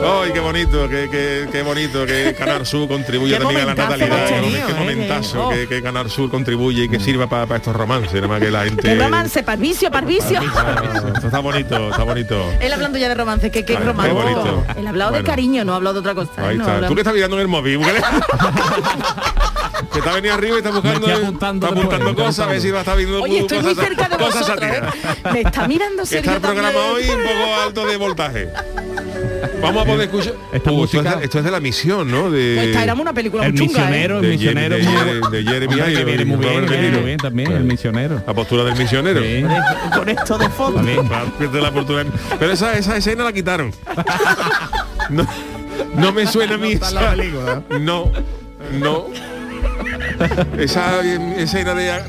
[SPEAKER 1] Ay, qué bonito, qué, qué, qué bonito que Canal Sur contribuye
[SPEAKER 3] Qué
[SPEAKER 1] también a la
[SPEAKER 3] momentazo
[SPEAKER 1] natalidad.
[SPEAKER 3] hemos tenido,
[SPEAKER 1] qué
[SPEAKER 3] eh,
[SPEAKER 1] momentazo
[SPEAKER 3] que-
[SPEAKER 1] que, que Canal Sur contribuye y que sirva para estos romances, nada más que la gente.
[SPEAKER 8] Un romance, parvicio, parvicio.
[SPEAKER 1] Ah, Esto está bonito, está bonito.
[SPEAKER 8] Él hablando ya de romance, que qué
[SPEAKER 1] Ay, qué
[SPEAKER 8] romance.
[SPEAKER 1] bonito.
[SPEAKER 8] Él ha hablado de
[SPEAKER 1] Bueno.
[SPEAKER 8] cariño, no ha hablado de otra cosa.
[SPEAKER 1] Ahí
[SPEAKER 8] ¿eh? No ha
[SPEAKER 1] está.
[SPEAKER 8] hablado-
[SPEAKER 1] Tú que estás mirando en el móvil. ¿qué le- que está venido arriba y está buscando,
[SPEAKER 10] estoy apuntando
[SPEAKER 1] está
[SPEAKER 10] después,
[SPEAKER 1] apuntando cosas, a ver si va a estar viendo
[SPEAKER 8] Oye, estoy muy
[SPEAKER 1] cosas-
[SPEAKER 8] cerca de
[SPEAKER 1] cosas
[SPEAKER 8] vosotros.
[SPEAKER 1] satíras.
[SPEAKER 8] ¿eh? Me está mirando
[SPEAKER 1] Que está
[SPEAKER 8] serio
[SPEAKER 1] el programa hoy
[SPEAKER 8] también.
[SPEAKER 1] un poco alto de voltaje. Vamos a poder escuchar.
[SPEAKER 10] Esta
[SPEAKER 1] esto, es
[SPEAKER 10] música-
[SPEAKER 1] de, esto es de la misión, ¿no? De,
[SPEAKER 8] Pues esta era una película
[SPEAKER 10] El
[SPEAKER 8] muy chunga,
[SPEAKER 10] misionero,
[SPEAKER 8] ¿eh?
[SPEAKER 10] el
[SPEAKER 1] de Jerry-
[SPEAKER 10] misionero.
[SPEAKER 1] de Jerry- de Jeremy
[SPEAKER 10] Hombre, que
[SPEAKER 1] Irons,
[SPEAKER 10] viene muy bien,
[SPEAKER 1] Robert
[SPEAKER 10] que
[SPEAKER 1] De
[SPEAKER 10] viene
[SPEAKER 1] Niro.
[SPEAKER 10] muy bien también,
[SPEAKER 1] Claro.
[SPEAKER 10] el misionero.
[SPEAKER 1] La postura del misionero.
[SPEAKER 10] Sí.
[SPEAKER 3] Con esto de fondo.
[SPEAKER 10] También.
[SPEAKER 1] Claro, pierde la postura del- Pero esa, esa escena la quitaron. No, no me suena a mí.
[SPEAKER 10] está en la
[SPEAKER 1] esa-
[SPEAKER 10] película.
[SPEAKER 1] No, no. Esa eh, escena de ah,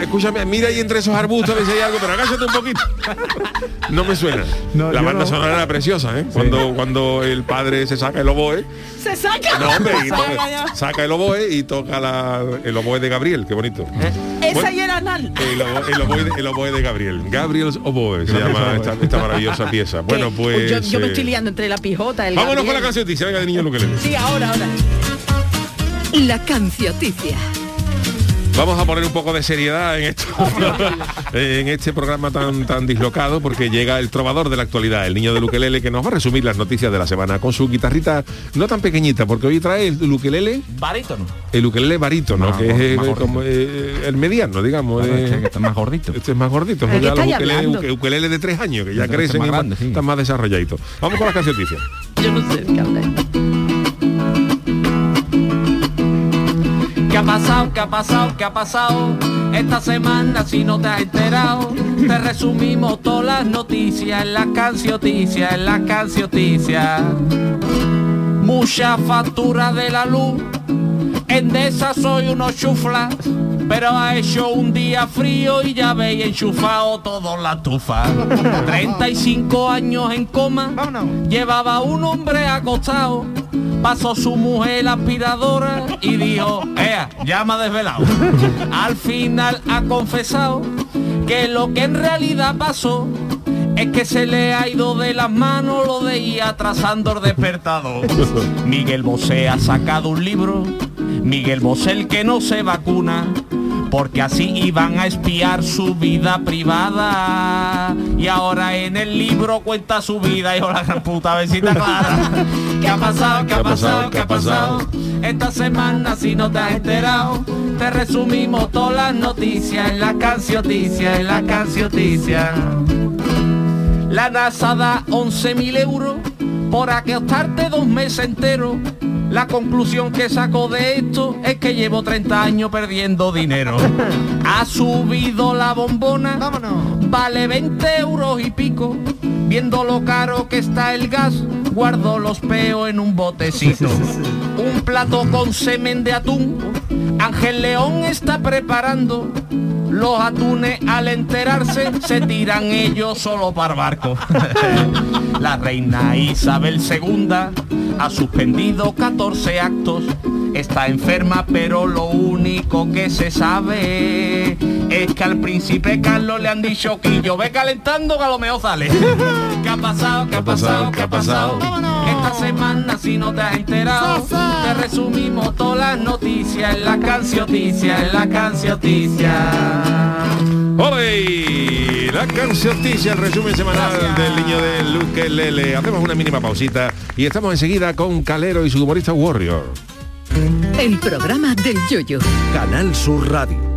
[SPEAKER 1] escúchame, mira ahí entre esos arbustos a ver si hay algo, pero agáchate un poquito. No me suena.
[SPEAKER 10] No,
[SPEAKER 1] la
[SPEAKER 10] yo
[SPEAKER 1] banda
[SPEAKER 10] no.
[SPEAKER 1] sonora era preciosa, ¿eh? Cuando cuando el padre se saca el oboe,
[SPEAKER 8] Se saca.
[SPEAKER 1] no, hombre, y pues,
[SPEAKER 8] Se saca ya.
[SPEAKER 1] toca- saca el oboe y toca la, el oboe de Gabriel, qué bonito.
[SPEAKER 8] Eh, Esa
[SPEAKER 1] Bueno,
[SPEAKER 8] y era anal.
[SPEAKER 1] el, obo- el oboe de, el oboe de Gabriel. Gabriel's Oboe se llama esta, esta maravillosa pieza. Bueno,
[SPEAKER 8] Que-
[SPEAKER 1] pues.
[SPEAKER 8] Yo, yo me
[SPEAKER 1] eh,
[SPEAKER 8] estoy liando entre la pijota, el
[SPEAKER 1] Vámonos con la
[SPEAKER 8] Gabriel.
[SPEAKER 1] canción, dice, venga de niño lo que le
[SPEAKER 8] Sí, ahora, ahora.
[SPEAKER 4] La cancioticia.
[SPEAKER 1] Vamos a poner un poco de seriedad en esto, en este programa tan tan dislocado, porque llega el trovador de la actualidad, el niño de Luquelele, que nos va a resumir las noticias de la semana con su guitarrita no tan pequeñita, porque hoy trae el Luquelele,
[SPEAKER 10] Barítono.
[SPEAKER 1] el Luquelele barítono,
[SPEAKER 10] Más
[SPEAKER 1] que
[SPEAKER 10] gor-
[SPEAKER 1] es el,
[SPEAKER 10] más gordito.
[SPEAKER 1] como, eh, el mediano, digamos. eh,
[SPEAKER 10] Claro,
[SPEAKER 1] de-
[SPEAKER 10] este que está más gordito.
[SPEAKER 1] Este es más gordito,
[SPEAKER 8] ¿De qué
[SPEAKER 1] ya los
[SPEAKER 8] estáis
[SPEAKER 1] ukelele-
[SPEAKER 8] hablando?
[SPEAKER 1] uke- ukelele de tres años, que ya
[SPEAKER 10] Este es
[SPEAKER 1] crecen
[SPEAKER 10] más
[SPEAKER 1] y más-
[SPEAKER 10] grande, sí.
[SPEAKER 1] están más desarrolladitos. Vamos con las canciones.
[SPEAKER 8] Yo no sé de qué habláis.
[SPEAKER 9] ¿Qué ha pasado? ¿Qué ha pasado? ¿Qué ha pasado? Esta semana si no te has enterado, te resumimos todas las noticias en las cancioticias, en las cancioticias. Mucha factura de la luz, en de esas soy unos chuflas, pero ha hecho un día frío y ya veis enchufado toda la tufa. 35 años en coma,
[SPEAKER 3] Vámonos.
[SPEAKER 9] llevaba un hombre acostado, pasó su mujer la aspiradora y dijo, ea, llama desvelado. Al final ha confesado que lo que en realidad pasó Es que se le ha ido de las manos lo de ir atrasando el despertador. Miguel Bosé ha sacado un libro. Miguel Bosé el que no se vacuna. Porque así iban a espiar su vida privada. Y ahora en el libro cuenta su vida, hijo de la gran puta, besita clara. ¿Qué ha pasado? ¿Qué ha pasado? ¿Qué ha pasado? Esta semana si no te has enterado, te resumimos todas las noticias en la cancioticia, en la cancioticia. La NASA da 11.000 euros por acostarte dos meses enteros. La conclusión que saco de esto es que llevo 30 años perdiendo dinero. Ha subido la bombona.
[SPEAKER 12] Vámonos.
[SPEAKER 9] Vale 20 euros y pico. Viendo lo caro que está el gas, guardo los peos en un botecito. Un plato con semen de atún. Ángel León está preparando. Los atunes al enterarse se tiran ellos solo para el barco. La reina Isabel II ha suspendido 14 actos. Está enferma, pero lo único que se sabe es que al príncipe Carlos le han dicho que yo ve calentando que a lo mejor sale. ¿Qué ha pasado? ¿Qué ha pasado? ¿Qué ha pasado?
[SPEAKER 12] Vámonos.
[SPEAKER 9] Esta semana si no te has enterado,
[SPEAKER 12] Sasa.
[SPEAKER 9] te resumimos todas las noticias en la cancioticia, en la cancioticia.
[SPEAKER 1] ¡Ole! La cancioticia, el resumen semanal del niño de Luque Lele. Hacemos una mínima pausita y estamos enseguida con Calero y su humorista Warrior.
[SPEAKER 4] El programa del yoyo.
[SPEAKER 13] Canal Sur Radio.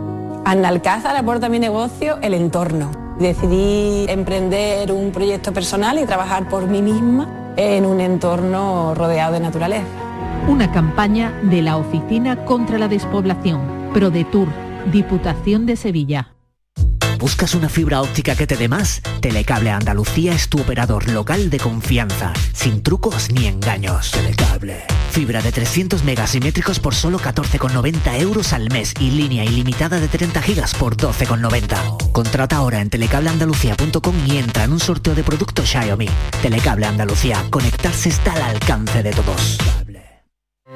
[SPEAKER 14] Analcázar aporta a mi negocio el entorno. Decidí emprender un proyecto personal y trabajar por mí misma en un entorno rodeado de naturaleza.
[SPEAKER 8] Una campaña de la Oficina contra la Despoblación, ProDetour, Diputación de Sevilla.
[SPEAKER 15] ¿Buscas una fibra óptica que te dé más? Telecable Andalucía es tu operador local de confianza, sin trucos ni engaños. Telecable. Fibra de 300 megasimétricos por solo 14,90 euros al mes y línea ilimitada de 30 gigas por 12,90. Contrata ahora en telecableandalucía.com y entra en un sorteo de productos Xiaomi. Telecable Andalucía. Conectarse está al alcance de todos.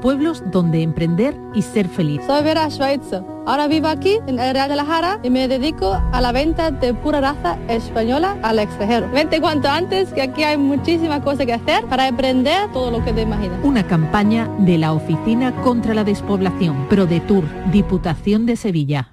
[SPEAKER 8] pueblos donde emprender y ser feliz.
[SPEAKER 16] Soy Vera Schweitzer. Ahora vivo aquí en el Real de la Jara y me dedico a la venta de pura raza española al extranjero. Vente cuanto antes, que aquí hay muchísimas cosas que hacer para emprender todo lo que te imaginas.
[SPEAKER 8] Una campaña de la Oficina contra la Despoblación, ProDetour, Diputación de Sevilla.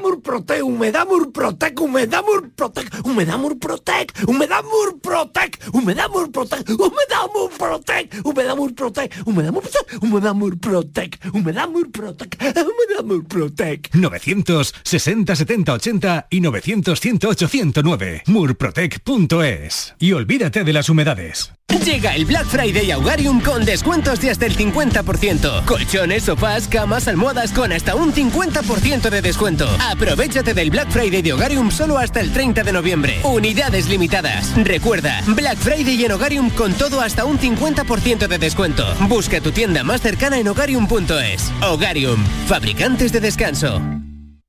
[SPEAKER 2] Murprotec, Humedad Murprotec, Humedad Murprotec, Humedad Murprotec, Humedad Murprotec, Humedad Murprotec, Humedad Murprotec, Humedad Murprotec, Humedad Murprotec, Humedad Murprotec, Humedad Murprotec, Humedad Murprotec.
[SPEAKER 11] 900 60 70 80 y 900 108 109 murprotec.es. Y olvídate de las humedades.
[SPEAKER 17] Llega el Black Friday a Hogarium con descuentos de hasta el 50%. Colchones, sofás, camas, almohadas con hasta un 50% de descuento. Aprovechate del Black Friday de Hogarium solo hasta el 30 de noviembre. Unidades limitadas. Recuerda, Black Friday en Hogarium con todo hasta un 50% de descuento. Busca tu tienda más cercana en hogarium.es. Hogarium, fabricantes de descanso.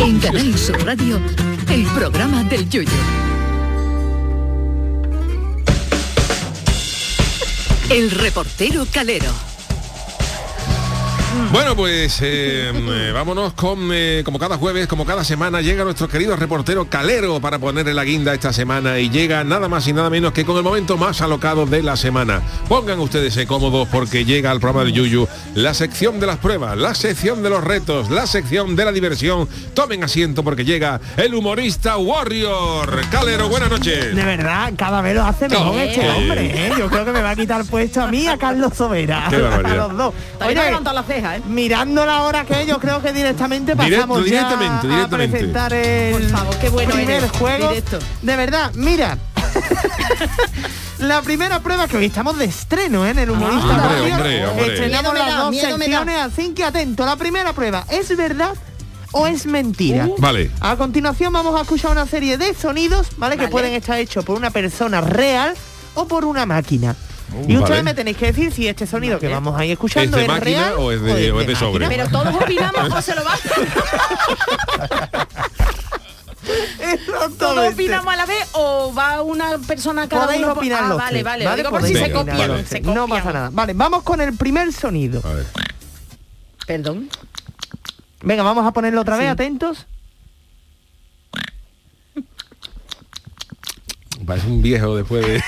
[SPEAKER 4] En Canal Sur Radio, el programa del Yoyo. El reportero Calero.
[SPEAKER 1] Bueno, pues eh, eh, vámonos con, eh, como cada jueves, como cada semana, llega nuestro querido reportero Calero para ponerle la guinda esta semana y llega nada más y nada menos que con el momento más alocado de la semana. Pongan ustedes eh, cómodos porque llega al programa de Yuyu la sección de las pruebas, la sección de los retos, la sección de la diversión. Tomen asiento porque llega el humorista Warrior. Calero, buenas noches.
[SPEAKER 3] De verdad, cada vez lo hace mejor
[SPEAKER 1] Claro.
[SPEAKER 3] este hombre, ¿eh? Yo creo que me va a quitar puesto a mí, a Carlos Sobera.
[SPEAKER 1] Qué barbaridad.
[SPEAKER 3] a los dos.
[SPEAKER 8] También me ha levantado las cejas, ¿eh?
[SPEAKER 3] Mirando la hora que es, yo creo que directamente
[SPEAKER 1] Directo,
[SPEAKER 3] pasamos ya
[SPEAKER 1] directamente,
[SPEAKER 3] a
[SPEAKER 1] directamente.
[SPEAKER 3] presentar el
[SPEAKER 8] Por favor, qué bueno
[SPEAKER 3] primer
[SPEAKER 8] eres.
[SPEAKER 3] juego.
[SPEAKER 8] Directo.
[SPEAKER 3] De verdad, mira. la primera prueba que hoy estamos de estreno ¿eh? en el humorista.
[SPEAKER 1] Ah, Hombre,
[SPEAKER 3] Warrior.
[SPEAKER 1] hombre, hombre.
[SPEAKER 3] Estrenamos
[SPEAKER 8] Miedo
[SPEAKER 3] las
[SPEAKER 8] me da,
[SPEAKER 3] dos
[SPEAKER 8] miedo me da.
[SPEAKER 3] secciones, así que atento. La primera prueba, ¿es verdad o es mentira?
[SPEAKER 1] Uh. Vale.
[SPEAKER 3] A continuación vamos a escuchar una serie de sonidos, ¿vale? Que pueden estar hechos por una persona real o por una máquina. y ustedes
[SPEAKER 1] Uh, vale.
[SPEAKER 3] me tenéis que decir si este sonido que vamos ahí
[SPEAKER 1] ¿Es
[SPEAKER 3] escuchando
[SPEAKER 1] de
[SPEAKER 3] es,
[SPEAKER 1] máquina
[SPEAKER 3] real
[SPEAKER 1] o es de, o es de sobre?
[SPEAKER 8] Pero todos opinamos o se lo va. ¿Todos opinamos a la vez o va una persona cada
[SPEAKER 3] Podéis
[SPEAKER 8] uno? por-
[SPEAKER 3] opinar
[SPEAKER 8] ah,
[SPEAKER 3] los
[SPEAKER 8] vale,
[SPEAKER 3] tres,
[SPEAKER 8] vale, lo digo por si
[SPEAKER 3] Podéis
[SPEAKER 8] se
[SPEAKER 3] opinar
[SPEAKER 8] copian,
[SPEAKER 3] los
[SPEAKER 8] se
[SPEAKER 3] tres. No pasa nada. Vale, vamos con el primer sonido.
[SPEAKER 8] Perdón.
[SPEAKER 3] Venga, vamos a ponerlo otra vez,
[SPEAKER 8] Sí.
[SPEAKER 3] atentos.
[SPEAKER 1] Parece un viejo después de,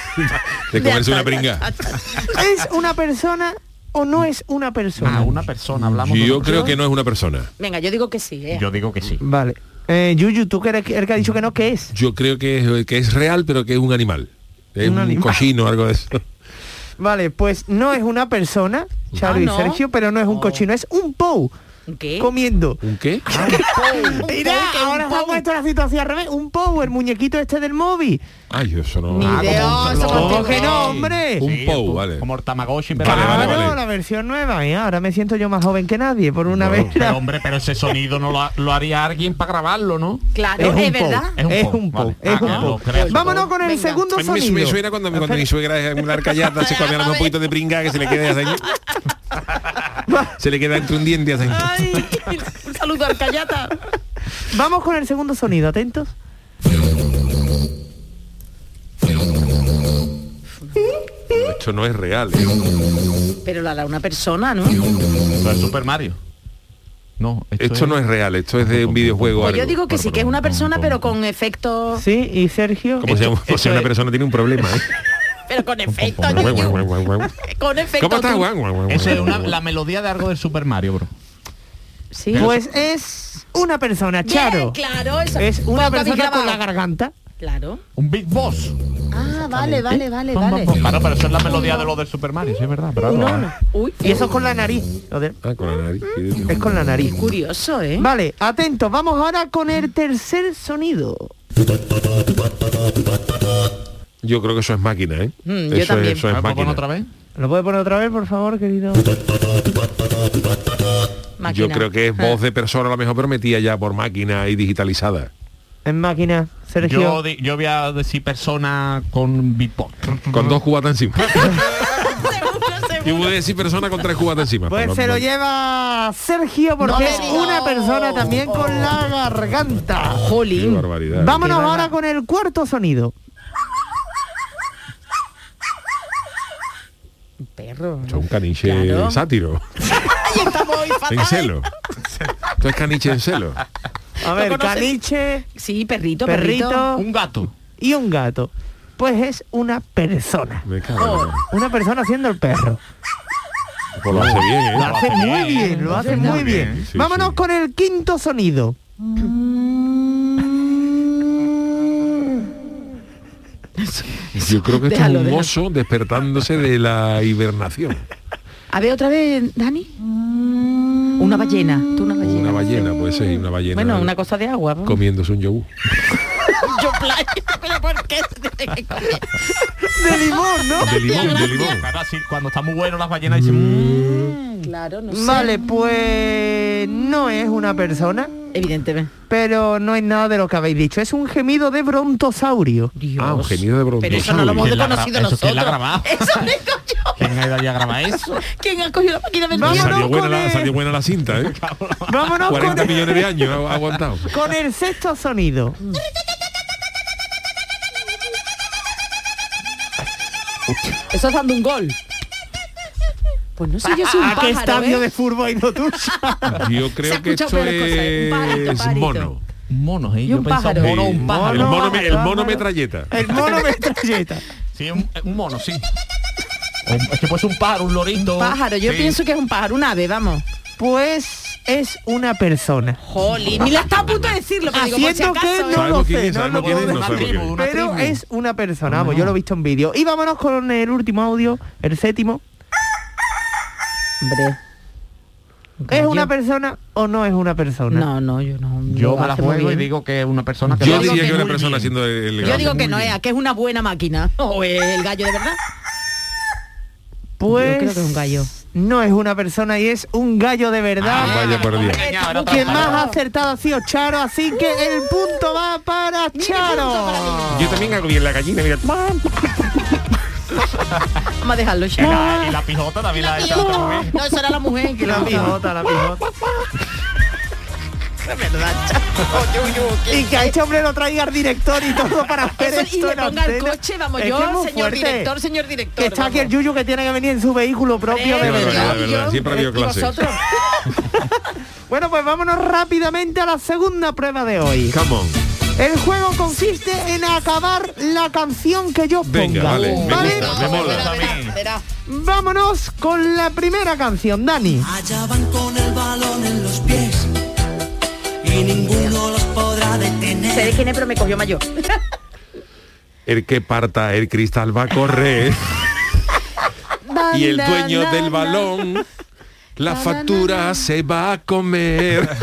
[SPEAKER 1] de comerse una pringa.
[SPEAKER 3] ¿Es una persona o no es una persona?
[SPEAKER 7] Ah, una persona, hablamos de
[SPEAKER 1] Yo
[SPEAKER 7] una
[SPEAKER 1] creo
[SPEAKER 7] persona.
[SPEAKER 1] que no es una persona.
[SPEAKER 8] Venga, yo digo que sí, ¿eh?
[SPEAKER 7] Yo digo que sí.
[SPEAKER 3] Vale. Eh, Yuyu, tú que eres el que ha dicho que no, ¿qué es?
[SPEAKER 1] Yo creo que es, que es real, pero que es un animal. Es
[SPEAKER 3] Un
[SPEAKER 1] un,
[SPEAKER 3] animal.
[SPEAKER 1] cochino algo de eso.
[SPEAKER 3] Vale, pues no es una persona, Charo
[SPEAKER 8] Ah,
[SPEAKER 3] y
[SPEAKER 8] ¿no? ¿Eh?
[SPEAKER 3] Sergio, pero no es un cochino, es un pou
[SPEAKER 8] ¿Qué?
[SPEAKER 3] comiendo.
[SPEAKER 1] ¿Un qué?
[SPEAKER 8] ¿Eh?
[SPEAKER 3] Mira, ahora os ha puesto la situación al revés. Un pou, el muñequito este del móvil.
[SPEAKER 1] Ay, eso no.
[SPEAKER 3] Ni
[SPEAKER 1] Ah,
[SPEAKER 3] idea,
[SPEAKER 1] como un-
[SPEAKER 3] eso
[SPEAKER 1] como-
[SPEAKER 8] Oh.
[SPEAKER 3] no tiene- No, hombre.
[SPEAKER 1] Un pou, vale.
[SPEAKER 7] Como el Tamagotchi, pero...
[SPEAKER 1] Uh, Vale, vale,
[SPEAKER 3] Claro,
[SPEAKER 1] vale.
[SPEAKER 3] la versión nueva. mira, ahora me siento yo más joven que nadie, por una vez.
[SPEAKER 7] Pero, hombre, pero ese sonido no lo, ha- lo haría alguien para grabarlo, ¿no?
[SPEAKER 8] Claro, es, verdad.
[SPEAKER 7] Es un
[SPEAKER 3] Es
[SPEAKER 7] pou,
[SPEAKER 3] un
[SPEAKER 7] vale.
[SPEAKER 3] pou, es
[SPEAKER 7] Ah,
[SPEAKER 3] un
[SPEAKER 7] que
[SPEAKER 3] pou.
[SPEAKER 7] lo creas.
[SPEAKER 3] Vámonos con el segundo
[SPEAKER 1] A mí me,
[SPEAKER 3] sonido.
[SPEAKER 1] me suena cuando, cuando mi suegra es una arcallata, se come un poquito de pringa que se le queda así. Se le queda entre un diente así.
[SPEAKER 8] Ay, un saludo al Callata.
[SPEAKER 3] Vamos con el segundo sonido, atentos.
[SPEAKER 1] Esto no es real. ¿eh?
[SPEAKER 8] Pero la da una persona, ¿no?
[SPEAKER 7] Pero es Super Mario. No,
[SPEAKER 1] Esto no es real, esto es de un videojuego.
[SPEAKER 8] Pues yo
[SPEAKER 1] algo.
[SPEAKER 8] digo que sí, que es una persona, pero con efectos.
[SPEAKER 3] Sí, y Sergio.
[SPEAKER 1] Como si, como si una persona tiene un problema. ¿eh?
[SPEAKER 8] Pero con efectos. yo-
[SPEAKER 1] ¿Cómo
[SPEAKER 8] Con efectos.
[SPEAKER 1] estás,
[SPEAKER 8] tú.
[SPEAKER 1] Juan? Guau, guau,
[SPEAKER 7] Eso es
[SPEAKER 1] guau,
[SPEAKER 7] una-
[SPEAKER 1] guau.
[SPEAKER 7] la melodía de algo del Super Mario, bro.
[SPEAKER 8] Sí.
[SPEAKER 3] Pues es una persona,
[SPEAKER 8] Bien,
[SPEAKER 3] Charo.
[SPEAKER 8] claro, eso.
[SPEAKER 3] Es una
[SPEAKER 8] Poco habéis
[SPEAKER 3] persona con
[SPEAKER 8] grabado.
[SPEAKER 3] la garganta.
[SPEAKER 8] Claro.
[SPEAKER 7] Un Big Boss.
[SPEAKER 8] Ah, vale, vale, vale,
[SPEAKER 3] Pues
[SPEAKER 7] Pam,
[SPEAKER 8] vale.
[SPEAKER 7] pam, pam. Claro, pero esa es la melodía de lo del Super Mario, sí, es verdad. Pero
[SPEAKER 3] Uno,
[SPEAKER 7] algo,
[SPEAKER 3] uno.
[SPEAKER 7] ¿eh?
[SPEAKER 8] Uy,
[SPEAKER 3] Y eso es con la nariz. Lo de-
[SPEAKER 1] Ah, con la nariz.
[SPEAKER 3] Es con la nariz.
[SPEAKER 8] curioso, ¿eh?
[SPEAKER 3] Vale, atentos. Vamos ahora con el tercer sonido.
[SPEAKER 1] Yo creo que eso es máquina, ¿eh?
[SPEAKER 3] Mm, yo
[SPEAKER 1] eso
[SPEAKER 3] también.
[SPEAKER 1] Es, eso es
[SPEAKER 7] Ah, pues
[SPEAKER 3] ¿Lo puedo poner
[SPEAKER 1] máquina.
[SPEAKER 3] otra vez? ¿Lo puede poner otra vez, por favor, querido?
[SPEAKER 1] Yo creo que es voz de persona a lo mejor, pero metida ya por máquina y digitalizada.
[SPEAKER 3] Es máquina, Sergio.
[SPEAKER 7] Yo, di- yo voy a decir persona con beatbox.
[SPEAKER 1] Con dos cubatas encima. Yo voy a decir persona con tres cubatas encima.
[SPEAKER 3] Pues
[SPEAKER 1] Pero-
[SPEAKER 3] se lo lleva Sergio porque es una persona también con la garganta.
[SPEAKER 1] Qué barbaridad.
[SPEAKER 3] Vámonos
[SPEAKER 1] Qué
[SPEAKER 3] ahora con el cuarto sonido. Perro.
[SPEAKER 1] Esto es un caniche
[SPEAKER 3] Claro.
[SPEAKER 1] sátiro.
[SPEAKER 8] Ahí estamos hoy,
[SPEAKER 1] En
[SPEAKER 8] fatal.
[SPEAKER 1] celo. Esto es caniche en celo.
[SPEAKER 3] A ver,
[SPEAKER 8] ¿Lo conoces?
[SPEAKER 3] caliche.
[SPEAKER 8] Sí, perrito, perrito.
[SPEAKER 3] perrito, gato. Y un gato. Pues es una persona.
[SPEAKER 1] Me cago en la-
[SPEAKER 3] Una persona haciendo el perro.
[SPEAKER 1] Pues lo hace bien, ¿eh?
[SPEAKER 3] Lo hace muy bien, lo hace muy bien.
[SPEAKER 1] Sí,
[SPEAKER 3] Vámonos con el quinto sonido.
[SPEAKER 1] sí. Yo creo que esto
[SPEAKER 8] Déjalo,
[SPEAKER 1] es un
[SPEAKER 8] déjalo.
[SPEAKER 1] mozo despertándose de la hibernación.
[SPEAKER 8] A ver, otra vez, Dani. Una ballena. Tú una ballena.
[SPEAKER 1] Una ballena, puede ser, una ballena
[SPEAKER 8] Bueno, una cosa de agua. ¿no?
[SPEAKER 1] comiéndose un yogur.
[SPEAKER 8] Yo playa, pero ¿por qué se tiene que comer?
[SPEAKER 3] De limón, ¿no?
[SPEAKER 1] De limón, de limón.
[SPEAKER 7] Claro, así, cuando está muy bueno las ballenas dicen...
[SPEAKER 8] Claro, no sé.
[SPEAKER 3] Vale, pues no es una persona.
[SPEAKER 8] Evidentemente.
[SPEAKER 3] Pero no es nada de lo que habéis dicho. Es un gemido de brontosaurio.
[SPEAKER 1] Ah, un gemido de brontosaurio.
[SPEAKER 8] Pero eso no lo hemos
[SPEAKER 7] ¿Quién la gra-
[SPEAKER 8] conocido
[SPEAKER 7] eso quién la
[SPEAKER 8] nosotros.
[SPEAKER 7] ha grabado?
[SPEAKER 8] Eso digo yo.
[SPEAKER 7] ¿Quién ha ido allí a grabar eso?
[SPEAKER 8] ¿Quién ha cogido la máquina del
[SPEAKER 1] Salió
[SPEAKER 8] tiempo?
[SPEAKER 1] buena la- Salió buena la cinta, ¿eh?
[SPEAKER 3] Vámonos con
[SPEAKER 1] 40
[SPEAKER 3] el,
[SPEAKER 1] millones de años ha ha aguantado.
[SPEAKER 3] con el sexto sonido.
[SPEAKER 8] Eso es dando un gol. Pues no sé, yo soy un
[SPEAKER 3] ¿A qué
[SPEAKER 8] pájaro,
[SPEAKER 3] estadio
[SPEAKER 8] ¿eh?
[SPEAKER 3] de fútbol ha ido tú?
[SPEAKER 1] Yo
[SPEAKER 8] Se
[SPEAKER 1] creo
[SPEAKER 8] ha
[SPEAKER 1] que
[SPEAKER 8] escuchado
[SPEAKER 1] esto
[SPEAKER 8] peores cosas, ¿eh? Un pajarito,
[SPEAKER 1] es
[SPEAKER 8] pajarito.
[SPEAKER 1] mono.
[SPEAKER 7] Monos, ¿eh?
[SPEAKER 8] Y
[SPEAKER 7] Yo
[SPEAKER 8] un
[SPEAKER 7] pensaba
[SPEAKER 8] pájaro.
[SPEAKER 7] mono, un pájaro.
[SPEAKER 1] El mono, me- el mono metralleta.
[SPEAKER 3] El mono metralleta.
[SPEAKER 7] Sí, un, un mono, sí. O- Es que puede ser un pájaro, un lorito.
[SPEAKER 8] Pájaro, yo
[SPEAKER 7] Sí.
[SPEAKER 8] pienso que es un pájaro, un ave, vamos.
[SPEAKER 3] Pues es una persona.
[SPEAKER 8] Jolín, mira, está a punto de decirlo, pero digo, por si
[SPEAKER 3] Haciendo
[SPEAKER 8] acaso,
[SPEAKER 3] que
[SPEAKER 8] ¿eh?
[SPEAKER 3] no lo
[SPEAKER 1] Sabemos quién
[SPEAKER 3] sé,
[SPEAKER 1] es,
[SPEAKER 3] no
[SPEAKER 1] sabemos
[SPEAKER 3] lo
[SPEAKER 1] quién es,
[SPEAKER 3] puedo
[SPEAKER 1] no sabemos quién
[SPEAKER 3] decir.
[SPEAKER 1] es.
[SPEAKER 3] Pero es una persona, vamos, yo lo he visto en vídeo. Y vámonos con el último audio, el séptimo.
[SPEAKER 8] Hombre.
[SPEAKER 3] ¿Es una persona o no es una persona?
[SPEAKER 8] No, no, yo no.
[SPEAKER 7] Yo
[SPEAKER 8] lo
[SPEAKER 7] me la
[SPEAKER 8] hace muy
[SPEAKER 7] juego y
[SPEAKER 8] bien.
[SPEAKER 7] digo que es una persona que
[SPEAKER 1] Yo
[SPEAKER 7] lo hace
[SPEAKER 1] diría que
[SPEAKER 7] muy
[SPEAKER 1] una
[SPEAKER 7] bien.
[SPEAKER 1] persona haciendo el, el
[SPEAKER 8] Yo
[SPEAKER 1] gato.
[SPEAKER 8] digo que no es, que es una buena máquina. O es el gallo de verdad.
[SPEAKER 3] Pues
[SPEAKER 8] Yo creo que es un gallo.
[SPEAKER 3] No es una persona y es Ah, un gallo de verdad.
[SPEAKER 1] Vaya por Dios.
[SPEAKER 3] Quien más ha acertado ha sido Charo, así que el punto va para Charo.
[SPEAKER 1] Yo también hago bien la gallina, mira.
[SPEAKER 8] Vamos a dejarlo
[SPEAKER 7] Y la,
[SPEAKER 8] ya.
[SPEAKER 7] y la pijota también la, ha hecho
[SPEAKER 8] No, no, eso era la mujer que
[SPEAKER 3] La
[SPEAKER 8] la
[SPEAKER 3] pijota, la pijota. Y que a este hombre lo traiga el director y todo para hacer
[SPEAKER 8] Eso, y
[SPEAKER 3] esto
[SPEAKER 8] le
[SPEAKER 3] en
[SPEAKER 8] ponga el
[SPEAKER 3] antena.
[SPEAKER 8] coche, vamos,
[SPEAKER 3] Es que
[SPEAKER 8] yo,
[SPEAKER 3] es muy
[SPEAKER 8] señor
[SPEAKER 3] fuerte.
[SPEAKER 8] director, señor
[SPEAKER 3] Que
[SPEAKER 8] director.
[SPEAKER 3] está aquí el
[SPEAKER 8] vamos.
[SPEAKER 3] Yuyu que tiene que venir en su vehículo propio.
[SPEAKER 8] Hombre,
[SPEAKER 3] de
[SPEAKER 1] Qué
[SPEAKER 8] yo-
[SPEAKER 3] verdad.
[SPEAKER 1] barbaridad, de verdad.
[SPEAKER 8] yo-
[SPEAKER 1] Siempre ha habido
[SPEAKER 8] y
[SPEAKER 1] clase.
[SPEAKER 8] vosotros.
[SPEAKER 3] Bueno, pues vámonos rápidamente a la segunda prueba de hoy.
[SPEAKER 1] Come on.
[SPEAKER 3] El juego consiste en acabar la canción que yo ponga.
[SPEAKER 1] Venga, vale, me gusta, me mola.
[SPEAKER 3] Vámonos con la primera canción, Dani.
[SPEAKER 5] Allá van con el balón en los pies y ninguno los podrá detener.
[SPEAKER 8] Sé de quién es, pero me cogió mayor.
[SPEAKER 1] El que parta el cristal va a correr y el dueño del balón la factura se va a comer.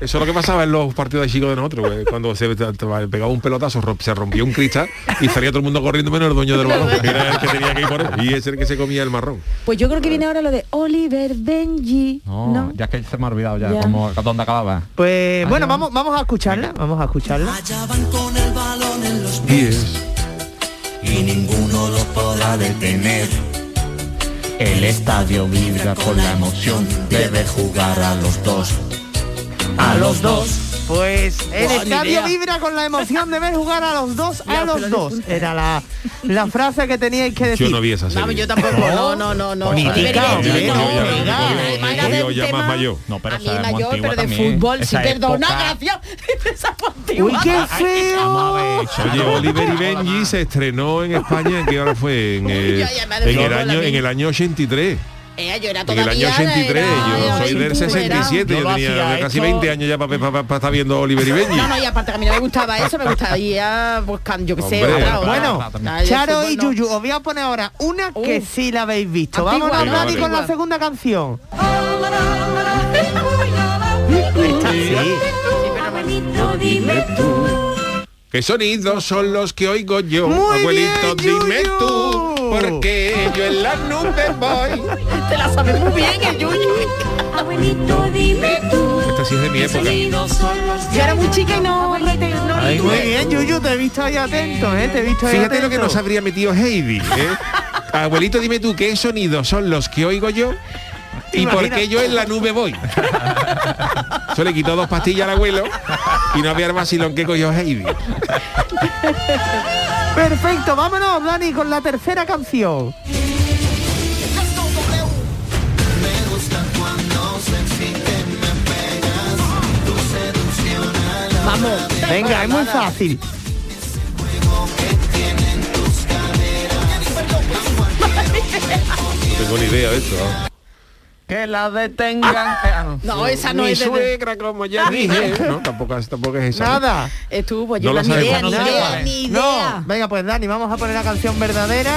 [SPEAKER 1] Eso es lo que pasaba en los partidos de chico de nosotros, güey. cuando se te- te pegaba un pelotazo, ro- se rompió un cristal y salía todo el mundo corriendo menos el dueño del balón, que era el que tenía que ir por él, y es el que se comía el marrón.
[SPEAKER 8] Pues yo creo que viene ahora lo de Oliver Benji.
[SPEAKER 7] No,
[SPEAKER 8] No.
[SPEAKER 7] ya que se me ha olvidado ya,
[SPEAKER 8] Ya.
[SPEAKER 7] como dónde acababa.
[SPEAKER 3] Pues bueno, vamos, vamos a escucharla. Vamos a escucharla.
[SPEAKER 5] Allá van con el balón en los pies
[SPEAKER 1] Y es
[SPEAKER 5] y ninguno los podrá detener.
[SPEAKER 7] El estadio vibra con la emoción de ver jugar a los dos.
[SPEAKER 5] A los dos.
[SPEAKER 3] Pues el
[SPEAKER 5] Buena
[SPEAKER 3] estadio
[SPEAKER 5] idea.
[SPEAKER 3] vibra con la emoción de ver jugar a los dos, a los dos. Era la, la frase que teníais que decir.
[SPEAKER 1] Yo no vi esa serie.
[SPEAKER 8] Vamos, yo tampoco. No, no, no, no.
[SPEAKER 3] Ni
[SPEAKER 8] Oliver
[SPEAKER 3] picao,
[SPEAKER 8] Benji,
[SPEAKER 3] ni
[SPEAKER 8] no,
[SPEAKER 3] picao,
[SPEAKER 8] no,
[SPEAKER 3] ni
[SPEAKER 8] no,
[SPEAKER 3] picao.
[SPEAKER 8] no,
[SPEAKER 3] Ni
[SPEAKER 8] no,
[SPEAKER 1] picao,
[SPEAKER 8] era
[SPEAKER 1] yo
[SPEAKER 8] del
[SPEAKER 1] ya
[SPEAKER 8] tema-
[SPEAKER 1] más mayor.
[SPEAKER 7] No, pero
[SPEAKER 8] a mí
[SPEAKER 7] esa es muy
[SPEAKER 8] mayor,
[SPEAKER 7] antigua
[SPEAKER 8] pero de
[SPEAKER 7] también.
[SPEAKER 8] fútbol, sí,
[SPEAKER 7] Esa
[SPEAKER 8] perdona,
[SPEAKER 7] época-
[SPEAKER 8] gracias. Esa fue
[SPEAKER 3] Uy,
[SPEAKER 8] antigua.
[SPEAKER 3] qué
[SPEAKER 7] Vamos a
[SPEAKER 3] feo.
[SPEAKER 7] ver,
[SPEAKER 1] Oye,
[SPEAKER 7] Charo.
[SPEAKER 1] Oliver y Benji se estrenó en España, ¿en qué hora fue? En el,
[SPEAKER 8] ya, ya me ha
[SPEAKER 1] en el
[SPEAKER 8] dejado la
[SPEAKER 1] año,
[SPEAKER 8] mía.
[SPEAKER 1] en el año 83.
[SPEAKER 8] Eh, yo era
[SPEAKER 1] En el año
[SPEAKER 8] todavía...
[SPEAKER 1] 83, yo soy
[SPEAKER 8] era- era
[SPEAKER 1] del
[SPEAKER 8] youtuber, era-
[SPEAKER 1] 67, yo
[SPEAKER 8] lo
[SPEAKER 1] tenía
[SPEAKER 8] hacía
[SPEAKER 1] casi
[SPEAKER 8] esto.
[SPEAKER 1] 20 años ya para estar viendo Oliver y Benji.
[SPEAKER 8] No, no, y aparte que a mí no me gustaba eso, me gustaría, pues, can- yo qué sé,
[SPEAKER 1] Hombre,
[SPEAKER 8] otra, otra.
[SPEAKER 1] bueno,
[SPEAKER 8] Ah, el
[SPEAKER 3] Charo
[SPEAKER 8] fútbol
[SPEAKER 3] y
[SPEAKER 8] no.
[SPEAKER 3] Yuyu, os voy a poner ahora una que sí la habéis visto.
[SPEAKER 8] Antigua,
[SPEAKER 3] Vámonos,
[SPEAKER 8] ¿no?
[SPEAKER 3] Mari, con
[SPEAKER 8] Antigua.
[SPEAKER 3] la segunda canción. Esta sí.
[SPEAKER 1] Dime tú. ¿Qué sonidos son los que oigo yo? Abuelito, dime tú. Porque yo en la nube voy.
[SPEAKER 8] Te la sabes muy bien, el Yuyu. Abuelito, dime tú.
[SPEAKER 1] Esta sí es de mi época.
[SPEAKER 8] Yo era muy chica y no... no-
[SPEAKER 3] Ay, muy bien, Yuyu, te he visto ahí atento, ¿eh? Te he visto ahí
[SPEAKER 1] Fíjate lo que
[SPEAKER 3] atento.
[SPEAKER 1] nos habría metido Heidi. ¿eh? Abuelito, dime tú, ¿qué sonidos son los que oigo yo? ¿Y por
[SPEAKER 3] Imagina.
[SPEAKER 1] qué yo en la nube voy? Eso le quitó dos pastillas al abuelo y no había el vacilón que cogió Heidi.
[SPEAKER 3] Perfecto, vámonos, Dani, con la tercera canción.
[SPEAKER 5] Me gusta cuando se exciten, me pegas tu seducción a la
[SPEAKER 3] Vamos. Venga, es muy fácil.
[SPEAKER 1] No tengo ni idea de esto.
[SPEAKER 3] Que la detengan. Eh, ah,
[SPEAKER 8] No, esa no
[SPEAKER 3] Mi
[SPEAKER 8] es de-
[SPEAKER 3] suegra,
[SPEAKER 1] como ya dije. No, tampoco, es- tampoco es esa.
[SPEAKER 3] Nada.
[SPEAKER 8] Estuvo,
[SPEAKER 1] yo No la ni sabemos. idea, ni idea,
[SPEAKER 3] Nada.
[SPEAKER 1] ni
[SPEAKER 3] No. Venga, pues Dani, vamos a poner la canción verdadera.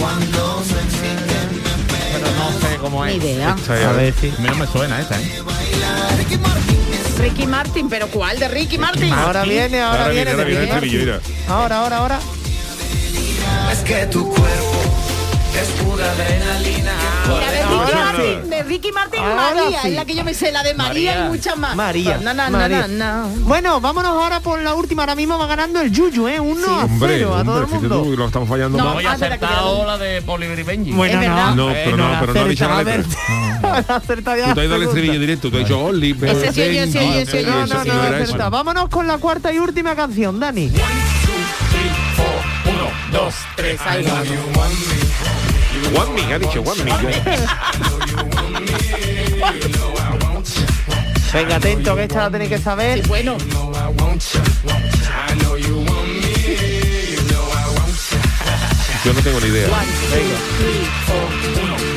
[SPEAKER 5] cuando se exciten, me
[SPEAKER 6] Pero no sé cómo es.
[SPEAKER 1] A
[SPEAKER 6] ver si. A mí no me suena esta, ¿eh?
[SPEAKER 8] Ricky Martin, pero ¿cuál de Ricky Martin?
[SPEAKER 3] Ahora viene, ahora, viene.
[SPEAKER 1] ahora viene el
[SPEAKER 3] Ricky
[SPEAKER 1] estribillo,
[SPEAKER 3] Martin. Ahora, ahora, ahora.
[SPEAKER 5] Es que tu cuerpo es pura adrenalina.
[SPEAKER 8] La de Ricky Martin, de Ricky Martin
[SPEAKER 3] Ahora
[SPEAKER 8] María,
[SPEAKER 3] sí.
[SPEAKER 8] es la que yo me sé, la de María,
[SPEAKER 3] María.
[SPEAKER 8] y muchas más.
[SPEAKER 3] María.
[SPEAKER 8] Na, na, na,
[SPEAKER 3] María.
[SPEAKER 8] na, na.
[SPEAKER 3] Bueno, vámonos ahora por la última. Ahora mismo va ganando el Yuyu, ¿eh? Uno a
[SPEAKER 1] Hombre,
[SPEAKER 3] cero a todo
[SPEAKER 1] hombre,
[SPEAKER 3] el
[SPEAKER 1] fíjate
[SPEAKER 3] mundo.
[SPEAKER 1] tú, lo estamos fallando
[SPEAKER 6] No,
[SPEAKER 1] mal.
[SPEAKER 6] voy
[SPEAKER 8] ah,
[SPEAKER 6] a acertar la de Bolívar y Benji.
[SPEAKER 1] Bueno,
[SPEAKER 6] Es
[SPEAKER 1] no.
[SPEAKER 6] verdad.
[SPEAKER 1] No, pero
[SPEAKER 6] Eh,
[SPEAKER 1] no, pero no ha dicho la letra.
[SPEAKER 6] acertado,
[SPEAKER 3] Acerta ya
[SPEAKER 1] Tú te has ido al
[SPEAKER 3] la
[SPEAKER 1] estribillo directo, tú has dicho Oliver.
[SPEAKER 3] Ese sí,
[SPEAKER 1] Benji,
[SPEAKER 3] ese sí, ese sí.
[SPEAKER 1] Benji,
[SPEAKER 3] No,
[SPEAKER 1] eso
[SPEAKER 3] no,
[SPEAKER 1] sí,
[SPEAKER 3] no,
[SPEAKER 1] era eso.
[SPEAKER 3] acerta. Vámonos con la cuarta y última canción, Dani.
[SPEAKER 6] Uno, dos, tres, ahí va.
[SPEAKER 1] One me, ha dicho one me.
[SPEAKER 3] Venga, atento, que esta la tenéis que saber.
[SPEAKER 1] pues.
[SPEAKER 8] bueno.
[SPEAKER 1] Yo no tengo ni idea.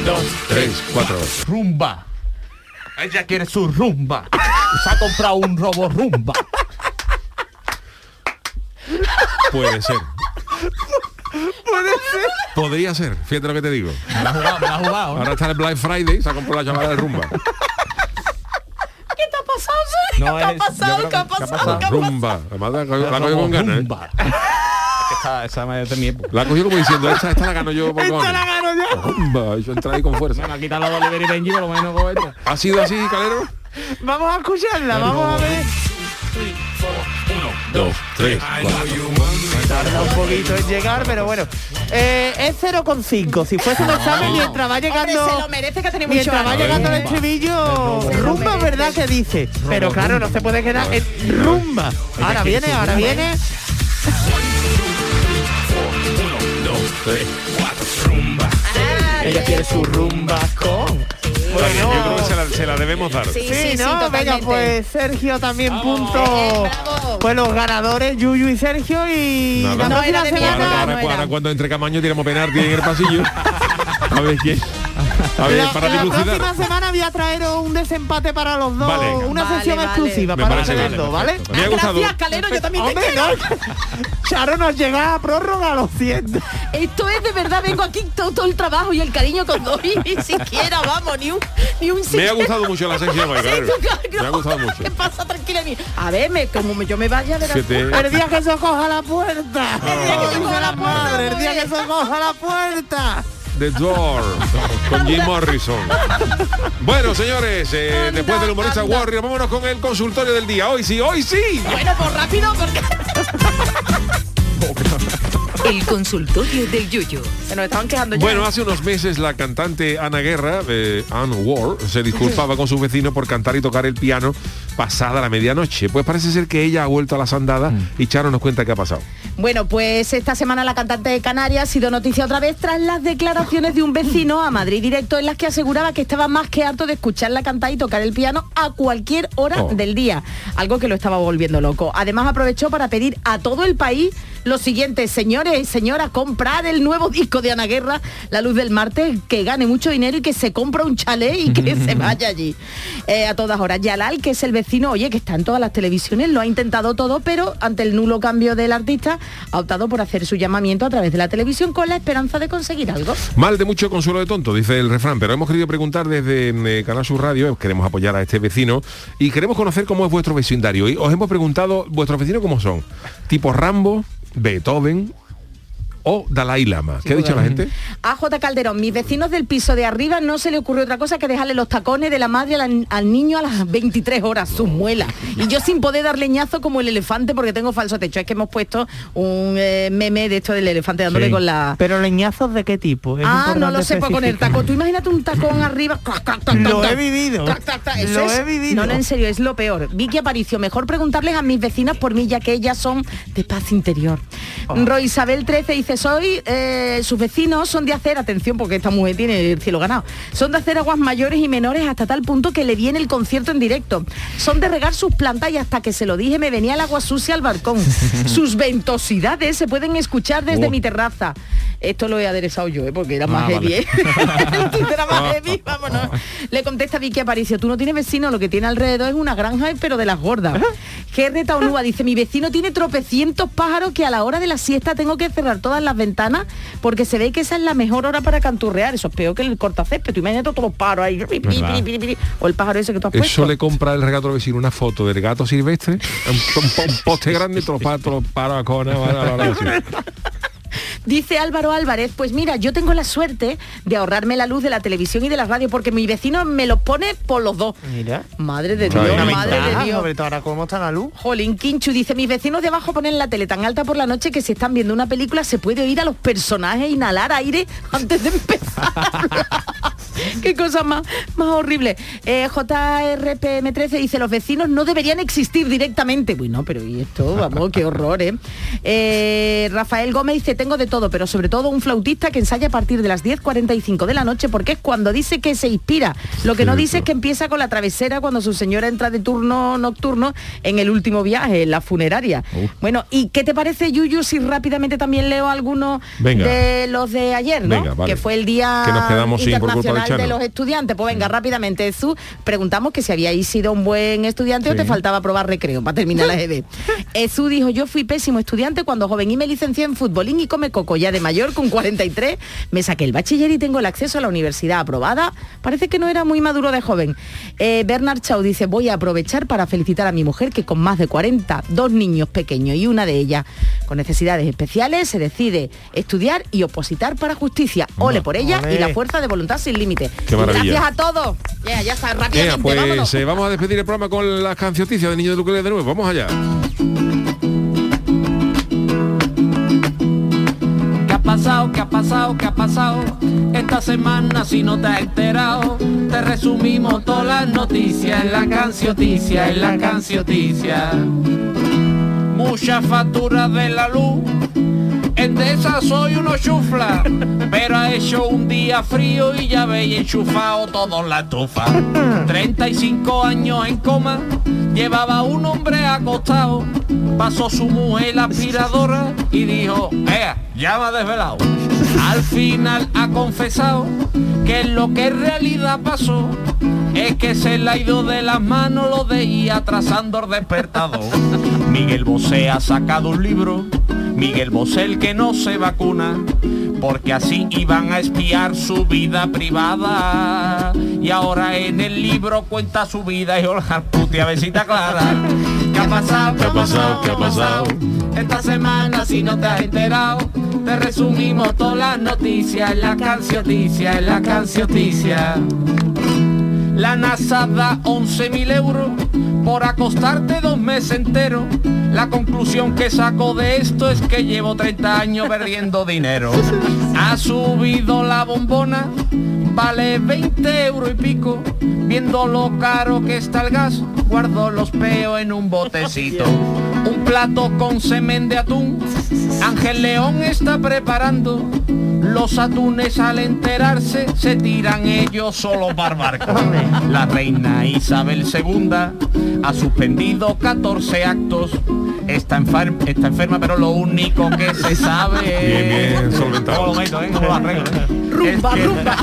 [SPEAKER 6] Dos,
[SPEAKER 1] Tres, cuatro.
[SPEAKER 6] rumba. Ella quiere su rumba. Se ha comprado un robo rumba.
[SPEAKER 1] Puede ser.
[SPEAKER 3] Puede ser.
[SPEAKER 1] Podría ser, fíjate lo que te digo.
[SPEAKER 6] Me la ha jugado, me la ha jugado.
[SPEAKER 1] Ahora está el Black Friday, se ha comprado la llamada de rumba.
[SPEAKER 8] ¿Qué te ha pasado? Sergio?
[SPEAKER 1] No,
[SPEAKER 8] ¿Qué ha
[SPEAKER 1] es-
[SPEAKER 8] pasado?
[SPEAKER 6] yo creo que-
[SPEAKER 8] ¿Qué ha
[SPEAKER 6] ¿qué ha
[SPEAKER 8] pasado? ¿Qué ha pasado?
[SPEAKER 1] Rumba. Además, la, la ha cogido con ganas. ¿eh?
[SPEAKER 6] Rumba. Esa, esa es de mi época.
[SPEAKER 1] La ha cogido como diciendo, esta, esta la gano yo por
[SPEAKER 6] Esta
[SPEAKER 1] cojones.
[SPEAKER 6] la gano yo.
[SPEAKER 1] Rumba. Eso entra ahí con fuerza.
[SPEAKER 6] Bueno, quita la de Oliver y Benji, por lo menos con esta.
[SPEAKER 1] ¿Ha sido así, Calero?
[SPEAKER 3] Vamos a escucharla, vamos a ver.
[SPEAKER 1] Dos, tres,
[SPEAKER 3] Tarda un poquito en llegar, pero bueno. Eh, es 0,5. Si fuese
[SPEAKER 1] Ah.
[SPEAKER 3] un examen, mientras va llegando.
[SPEAKER 8] Hombre, se lo merece que tenemos
[SPEAKER 3] Mientras va
[SPEAKER 8] mucho
[SPEAKER 3] llegando el estribillo, rumba, ¿verdad que dice? Pero claro, no se puede quedar en rumba. Ahora viene, ahora viene.
[SPEAKER 6] Dos, tres, cuatro, rumba.
[SPEAKER 8] ah,
[SPEAKER 6] Ella quiere su rumba con.
[SPEAKER 1] Está bien, yo creo que se la, se la debemos dar.
[SPEAKER 3] Sí, ¿no? Venga, pues Sergio también punto. Pues los ganadores, Yuyu y Sergio, y
[SPEAKER 1] Nada.
[SPEAKER 3] la
[SPEAKER 1] No,
[SPEAKER 3] próxima
[SPEAKER 1] Ahora, ahora-
[SPEAKER 3] semana.
[SPEAKER 1] ahora- ahora cuando entre Camaño tiramos penalti en el pasillo. A ver quién. A ver,
[SPEAKER 3] La,
[SPEAKER 1] para
[SPEAKER 3] la
[SPEAKER 1] dilucidar.
[SPEAKER 3] próxima semana voy a traer un desempate para los dos,
[SPEAKER 1] Vale.
[SPEAKER 3] una
[SPEAKER 8] Vale,
[SPEAKER 3] sesión
[SPEAKER 8] vale.
[SPEAKER 3] exclusiva
[SPEAKER 1] Me
[SPEAKER 3] para
[SPEAKER 1] parece
[SPEAKER 3] tener
[SPEAKER 1] bien,
[SPEAKER 3] dos, ¿vale?
[SPEAKER 1] perfecto. Me ha gustado.
[SPEAKER 8] Gracias, Calero, yo también te
[SPEAKER 3] Hombre,
[SPEAKER 8] quiero.
[SPEAKER 3] no. Charo nos llega a prórroga, lo siento.
[SPEAKER 8] Esto es de verdad, vengo aquí todo, todo el trabajo y el cariño que os doy, ni siquiera, vamos, ni un, ni un
[SPEAKER 1] Me ha
[SPEAKER 8] siquiera.
[SPEAKER 1] gustado mucho la sección, hoy,
[SPEAKER 8] Sí,
[SPEAKER 1] Calero.
[SPEAKER 8] tú, claro.
[SPEAKER 1] Me ha gustado mucho.
[SPEAKER 8] ¿Qué pasa? Tranquila, mira. A ver, me, como me- yo me vaya de la
[SPEAKER 1] Se te-
[SPEAKER 3] El día que se coja la puerta. El día que se coja la madre, el día que se coja la puerta.
[SPEAKER 1] The Door con Jim Morrison. Bueno, señores, eh, después del humorista Warrior, vámonos con el consultorio del día. Hoy sí, hoy sí.
[SPEAKER 8] Bueno, pues rápido, porque
[SPEAKER 4] El consultorio del Yuyu.
[SPEAKER 8] se nos estaban quejando ya.
[SPEAKER 1] Bueno, hace unos meses la cantante Ana Guerra, eh, Anne Ward, se disculpaba con sus vecinos por cantar y tocar el piano pasada la medianoche. Pues parece ser que ella ha vuelto a las andadas y Charo nos cuenta qué ha pasado.
[SPEAKER 8] Bueno, pues esta semana la cantante de Canarias ha sido noticia otra vez tras las declaraciones de un vecino a Madrid Directo en las que aseguraba que estaba más que harto de escucharla cantar y tocar el piano a cualquier hora
[SPEAKER 18] Oh.
[SPEAKER 8] del día, algo que lo estaba volviendo loco. Además aprovechó para pedir a todo el país lo siguiente, señores y señoras, comprad el nuevo disco de Ana Guerra, La Luz del Martes, que gane mucho dinero y que se compra un chalet y que se vaya allí eh, a todas horas. Yalal, que es el vecino, oye, que está en todas las televisiones, lo ha intentado todo, pero ante el nulo cambio del artista, ha optado por hacer su llamamiento a través de la televisión con la esperanza de conseguir algo.
[SPEAKER 1] Mal de mucho consuelo de tonto, dice el refrán, pero hemos querido preguntar desde eh, Canal Sur Radio, eh, queremos apoyar a este vecino y queremos conocer cómo es vuestro vecindario. Y os hemos preguntado vuestros vecinos cómo son, tipo Rambo, Beethoven o Dalai Lama. ¿Qué ha dicho la gente?
[SPEAKER 8] A J. Calderón, mis vecinos del piso de arriba no se le ocurrió otra cosa que dejarle los tacones de la madre al, al niño a las 23 horas, sus muelas. Y yo sin poder dar leñazo como el elefante porque tengo falso techo. Es que hemos puesto un eh, meme de esto del elefante dándole
[SPEAKER 3] Sí.
[SPEAKER 8] con la...
[SPEAKER 3] Pero leñazos de qué tipo? Es
[SPEAKER 8] ah, no
[SPEAKER 3] importante
[SPEAKER 8] lo sé, pues con el
[SPEAKER 3] especificar.
[SPEAKER 8] tacón. Tú imagínate un tacón arriba. clac, clac, clac,
[SPEAKER 3] Lo
[SPEAKER 8] clac,
[SPEAKER 3] he
[SPEAKER 8] clac.
[SPEAKER 3] vivido.
[SPEAKER 8] Clac, clac, clac. Eso
[SPEAKER 3] Lo
[SPEAKER 8] es-
[SPEAKER 3] he vivido.
[SPEAKER 8] No, no, en serio, es lo peor. Vicky Aparicio, mejor preguntarles a mis vecinas por mí, ya que ellas son de paz interior.
[SPEAKER 3] Oh.
[SPEAKER 8] Roy Isabel 13 dice, soy, eh, sus vecinos son de hacer, atención porque esta mujer tiene el cielo ganado, son de hacer aguas mayores y menores hasta tal punto que le viene el concierto en directo. Son de regar sus plantas y hasta que se lo dije me venía el agua sucia al balcón. sus ventosidades se pueden escuchar desde
[SPEAKER 3] Oh.
[SPEAKER 8] mi terraza. Esto lo he aderezado yo, ¿eh? porque era más
[SPEAKER 3] Ah,
[SPEAKER 8] heavy.
[SPEAKER 3] vale.
[SPEAKER 8] ¿eh? Era más heavy, vámonos. Le contesta Vicky Aparicio, tú no tienes vecino, lo que tiene alrededor es una granja, eh, pero de las gordas. Henry Taunúa dice, mi vecino tiene tropecientos pájaros que a la hora de la siesta tengo que cerrar todas las ventanas porque se ve que esa es la mejor hora para canturrear. Eso es peor que el cortacésped, tú imagínate todos los pájaros ahí. pi, pi,
[SPEAKER 1] Verdad.
[SPEAKER 8] pi, pi, pi, O el pájaro ese que tú has puesto.
[SPEAKER 1] Eso le compra el regato al vecino una foto del gato silvestre, un, un- un poste grande y te lo pa- te lo para con-
[SPEAKER 8] Dice Álvaro Álvarez, pues mira, yo tengo la suerte de ahorrarme la luz de la televisión y de las radios porque mi vecino me los pone por los dos.
[SPEAKER 3] Mira.
[SPEAKER 8] Madre de
[SPEAKER 3] Una
[SPEAKER 8] Dios,
[SPEAKER 3] ventaja,
[SPEAKER 8] madre de Dios.
[SPEAKER 3] Sobre todo ahora cómo está la luz.
[SPEAKER 8] Jolín Quinchu dice, mis vecinos de abajo ponen la tele tan alta por la noche que si están viendo una película se puede oír a los personajes inhalar aire antes de empezar. a hablar". Qué cosa más, más horrible. Eh, JRPM13 dice, los vecinos no deberían existir directamente. Bueno, pero ¿y esto? Vamos, qué horror, ¿eh? Eh, Rafael Gómez dice, tengo de todo, pero sobre todo un flautista que ensaya a partir de las 10.45 de la noche porque es cuando dice que se inspira. Lo que no
[SPEAKER 18] Cierto.
[SPEAKER 8] dice es que empieza con la travesera cuando su señora entra de turno nocturno en el último viaje, en la funeraria.
[SPEAKER 1] Uh.
[SPEAKER 8] Bueno, ¿y qué te parece, Yuyu, si rápidamente también leo algunos
[SPEAKER 1] Venga.
[SPEAKER 8] de los de ayer, ¿no?
[SPEAKER 1] Venga, vale.
[SPEAKER 8] Que fue el día
[SPEAKER 1] Que nos quedamos sin por culpa de
[SPEAKER 8] internacional de,
[SPEAKER 1] Chano.
[SPEAKER 8] los estudiantes. Pues venga, rápidamente, Zu, preguntamos que si habíais sido un buen estudiante o te faltaba probar recreo para terminar la EB. Ezu dijo, yo fui pésimo estudiante cuando joven y me licencié en futbolín y come coco. Ya de mayor, con 43, me saqué el bachiller y tengo el acceso a la universidad aprobada. Parece que no era muy maduro de joven. Eh, Bernard Chau dice, voy a aprovechar para felicitar a mi mujer que con más de 40, dos niños pequeños y una de ellas con necesidades especiales, se decide estudiar y opositar para justicia. Ole por ella y la
[SPEAKER 1] Ole.
[SPEAKER 8] fuerza de voluntad sin límite.
[SPEAKER 1] Qué maravilla.
[SPEAKER 8] Gracias a todos. Ya, ya está, rápidamente,
[SPEAKER 1] Venga, pues
[SPEAKER 8] vámonos.
[SPEAKER 1] eh, vamos a despedir el programa con las cancioticias de Niño de Luque de nuevo. Vamos allá.
[SPEAKER 9] ¿Qué ha pasado? ¿Qué ha pasado? ¿Qué ha pasado? Esta semana si no te has enterado, te resumimos todas las noticias en la cancioticia, en la cancioticia. Muchas facturas de la luz, en esas soy uno chufla, pero ha hecho un día frío y ya veis enchufado todo en la estufa. 35 años en coma, llevaba un hombre acostado, pasó su mujer la aspiradora y dijo, ¡Ea! Ya me ha desvelado. Al final ha confesado que lo que en realidad pasó es que se le ha ido de las manos lo de ir atrasando el despertador. Miguel Bosé ha sacado un libro, Miguel Bosé el que no se vacuna, porque así iban a espiar su vida privada. Y ahora en el libro cuenta su vida y Jorge Putia besita clara. ¿Qué ha pasado? ¿Qué ha pasado? ¿Qué ha pasado? Esta semana si no te has enterado, te resumimos todas las noticias, en la cancioticia, en la cancioticia. La NASA da 11.000 euros por acostarte dos meses enteros. La conclusión que saco de esto es que llevo 30 años perdiendo dinero. Ha subido la bombona, vale 20 euros y pico. Viendo lo caro que está el gas, guardo los peos en un botecito. Un plato con semen de atún. Ángel León está preparando. Los atunes al enterarse se tiran ellos solo para barco. La reina Isabel II ha suspendido 14 actos. Está, enfer- está enferma, pero lo único que se sabe es...
[SPEAKER 1] Bien, bien, solventado.
[SPEAKER 9] ¿Cómo lo meto, eh? ¿Cómo lo arreglo, eh?
[SPEAKER 8] Rumba, rumba.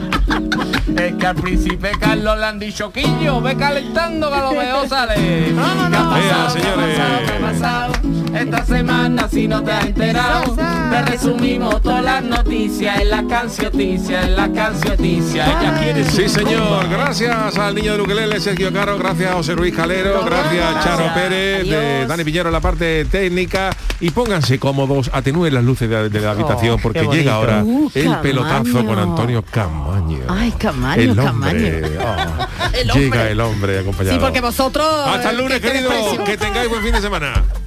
[SPEAKER 9] Es que al príncipe Carlos le han dicho, Quillo, ve calentando que a lo veo sale.
[SPEAKER 1] Vámonos.
[SPEAKER 9] ¿Qué ha pasado?
[SPEAKER 1] Ea, señores.
[SPEAKER 9] ¿Qué ha pasado? Esta semana si no te has enterado, te resumimos todas las noticias en la cancioticias, en la cancioticias. Ella quiere su
[SPEAKER 1] Sí, señor.
[SPEAKER 9] rumba.
[SPEAKER 1] Gracias al niño de Luquelele, Sergio Caro. Gracias a José Luis Calero. Gracias a Charo Pérez. De Dani Piñero en la parte técnica. Y pónganse cómodos. Atenúen las luces de, de la habitación
[SPEAKER 8] Oh, qué
[SPEAKER 1] porque
[SPEAKER 8] bonito.
[SPEAKER 1] llega ahora
[SPEAKER 8] Uh,
[SPEAKER 1] el pelotazo
[SPEAKER 8] Camaño.
[SPEAKER 1] con Antonio Camaño.
[SPEAKER 8] Ay, Camaño,
[SPEAKER 1] el
[SPEAKER 8] Camaño.
[SPEAKER 1] hombre. Ah,
[SPEAKER 8] El hombre.
[SPEAKER 1] llega el hombre acompañado.
[SPEAKER 8] Sí, porque vosotros...
[SPEAKER 1] Hasta el lunes,
[SPEAKER 8] que tenéis
[SPEAKER 1] querido.
[SPEAKER 8] precio.
[SPEAKER 1] Que tengáis buen fin de semana.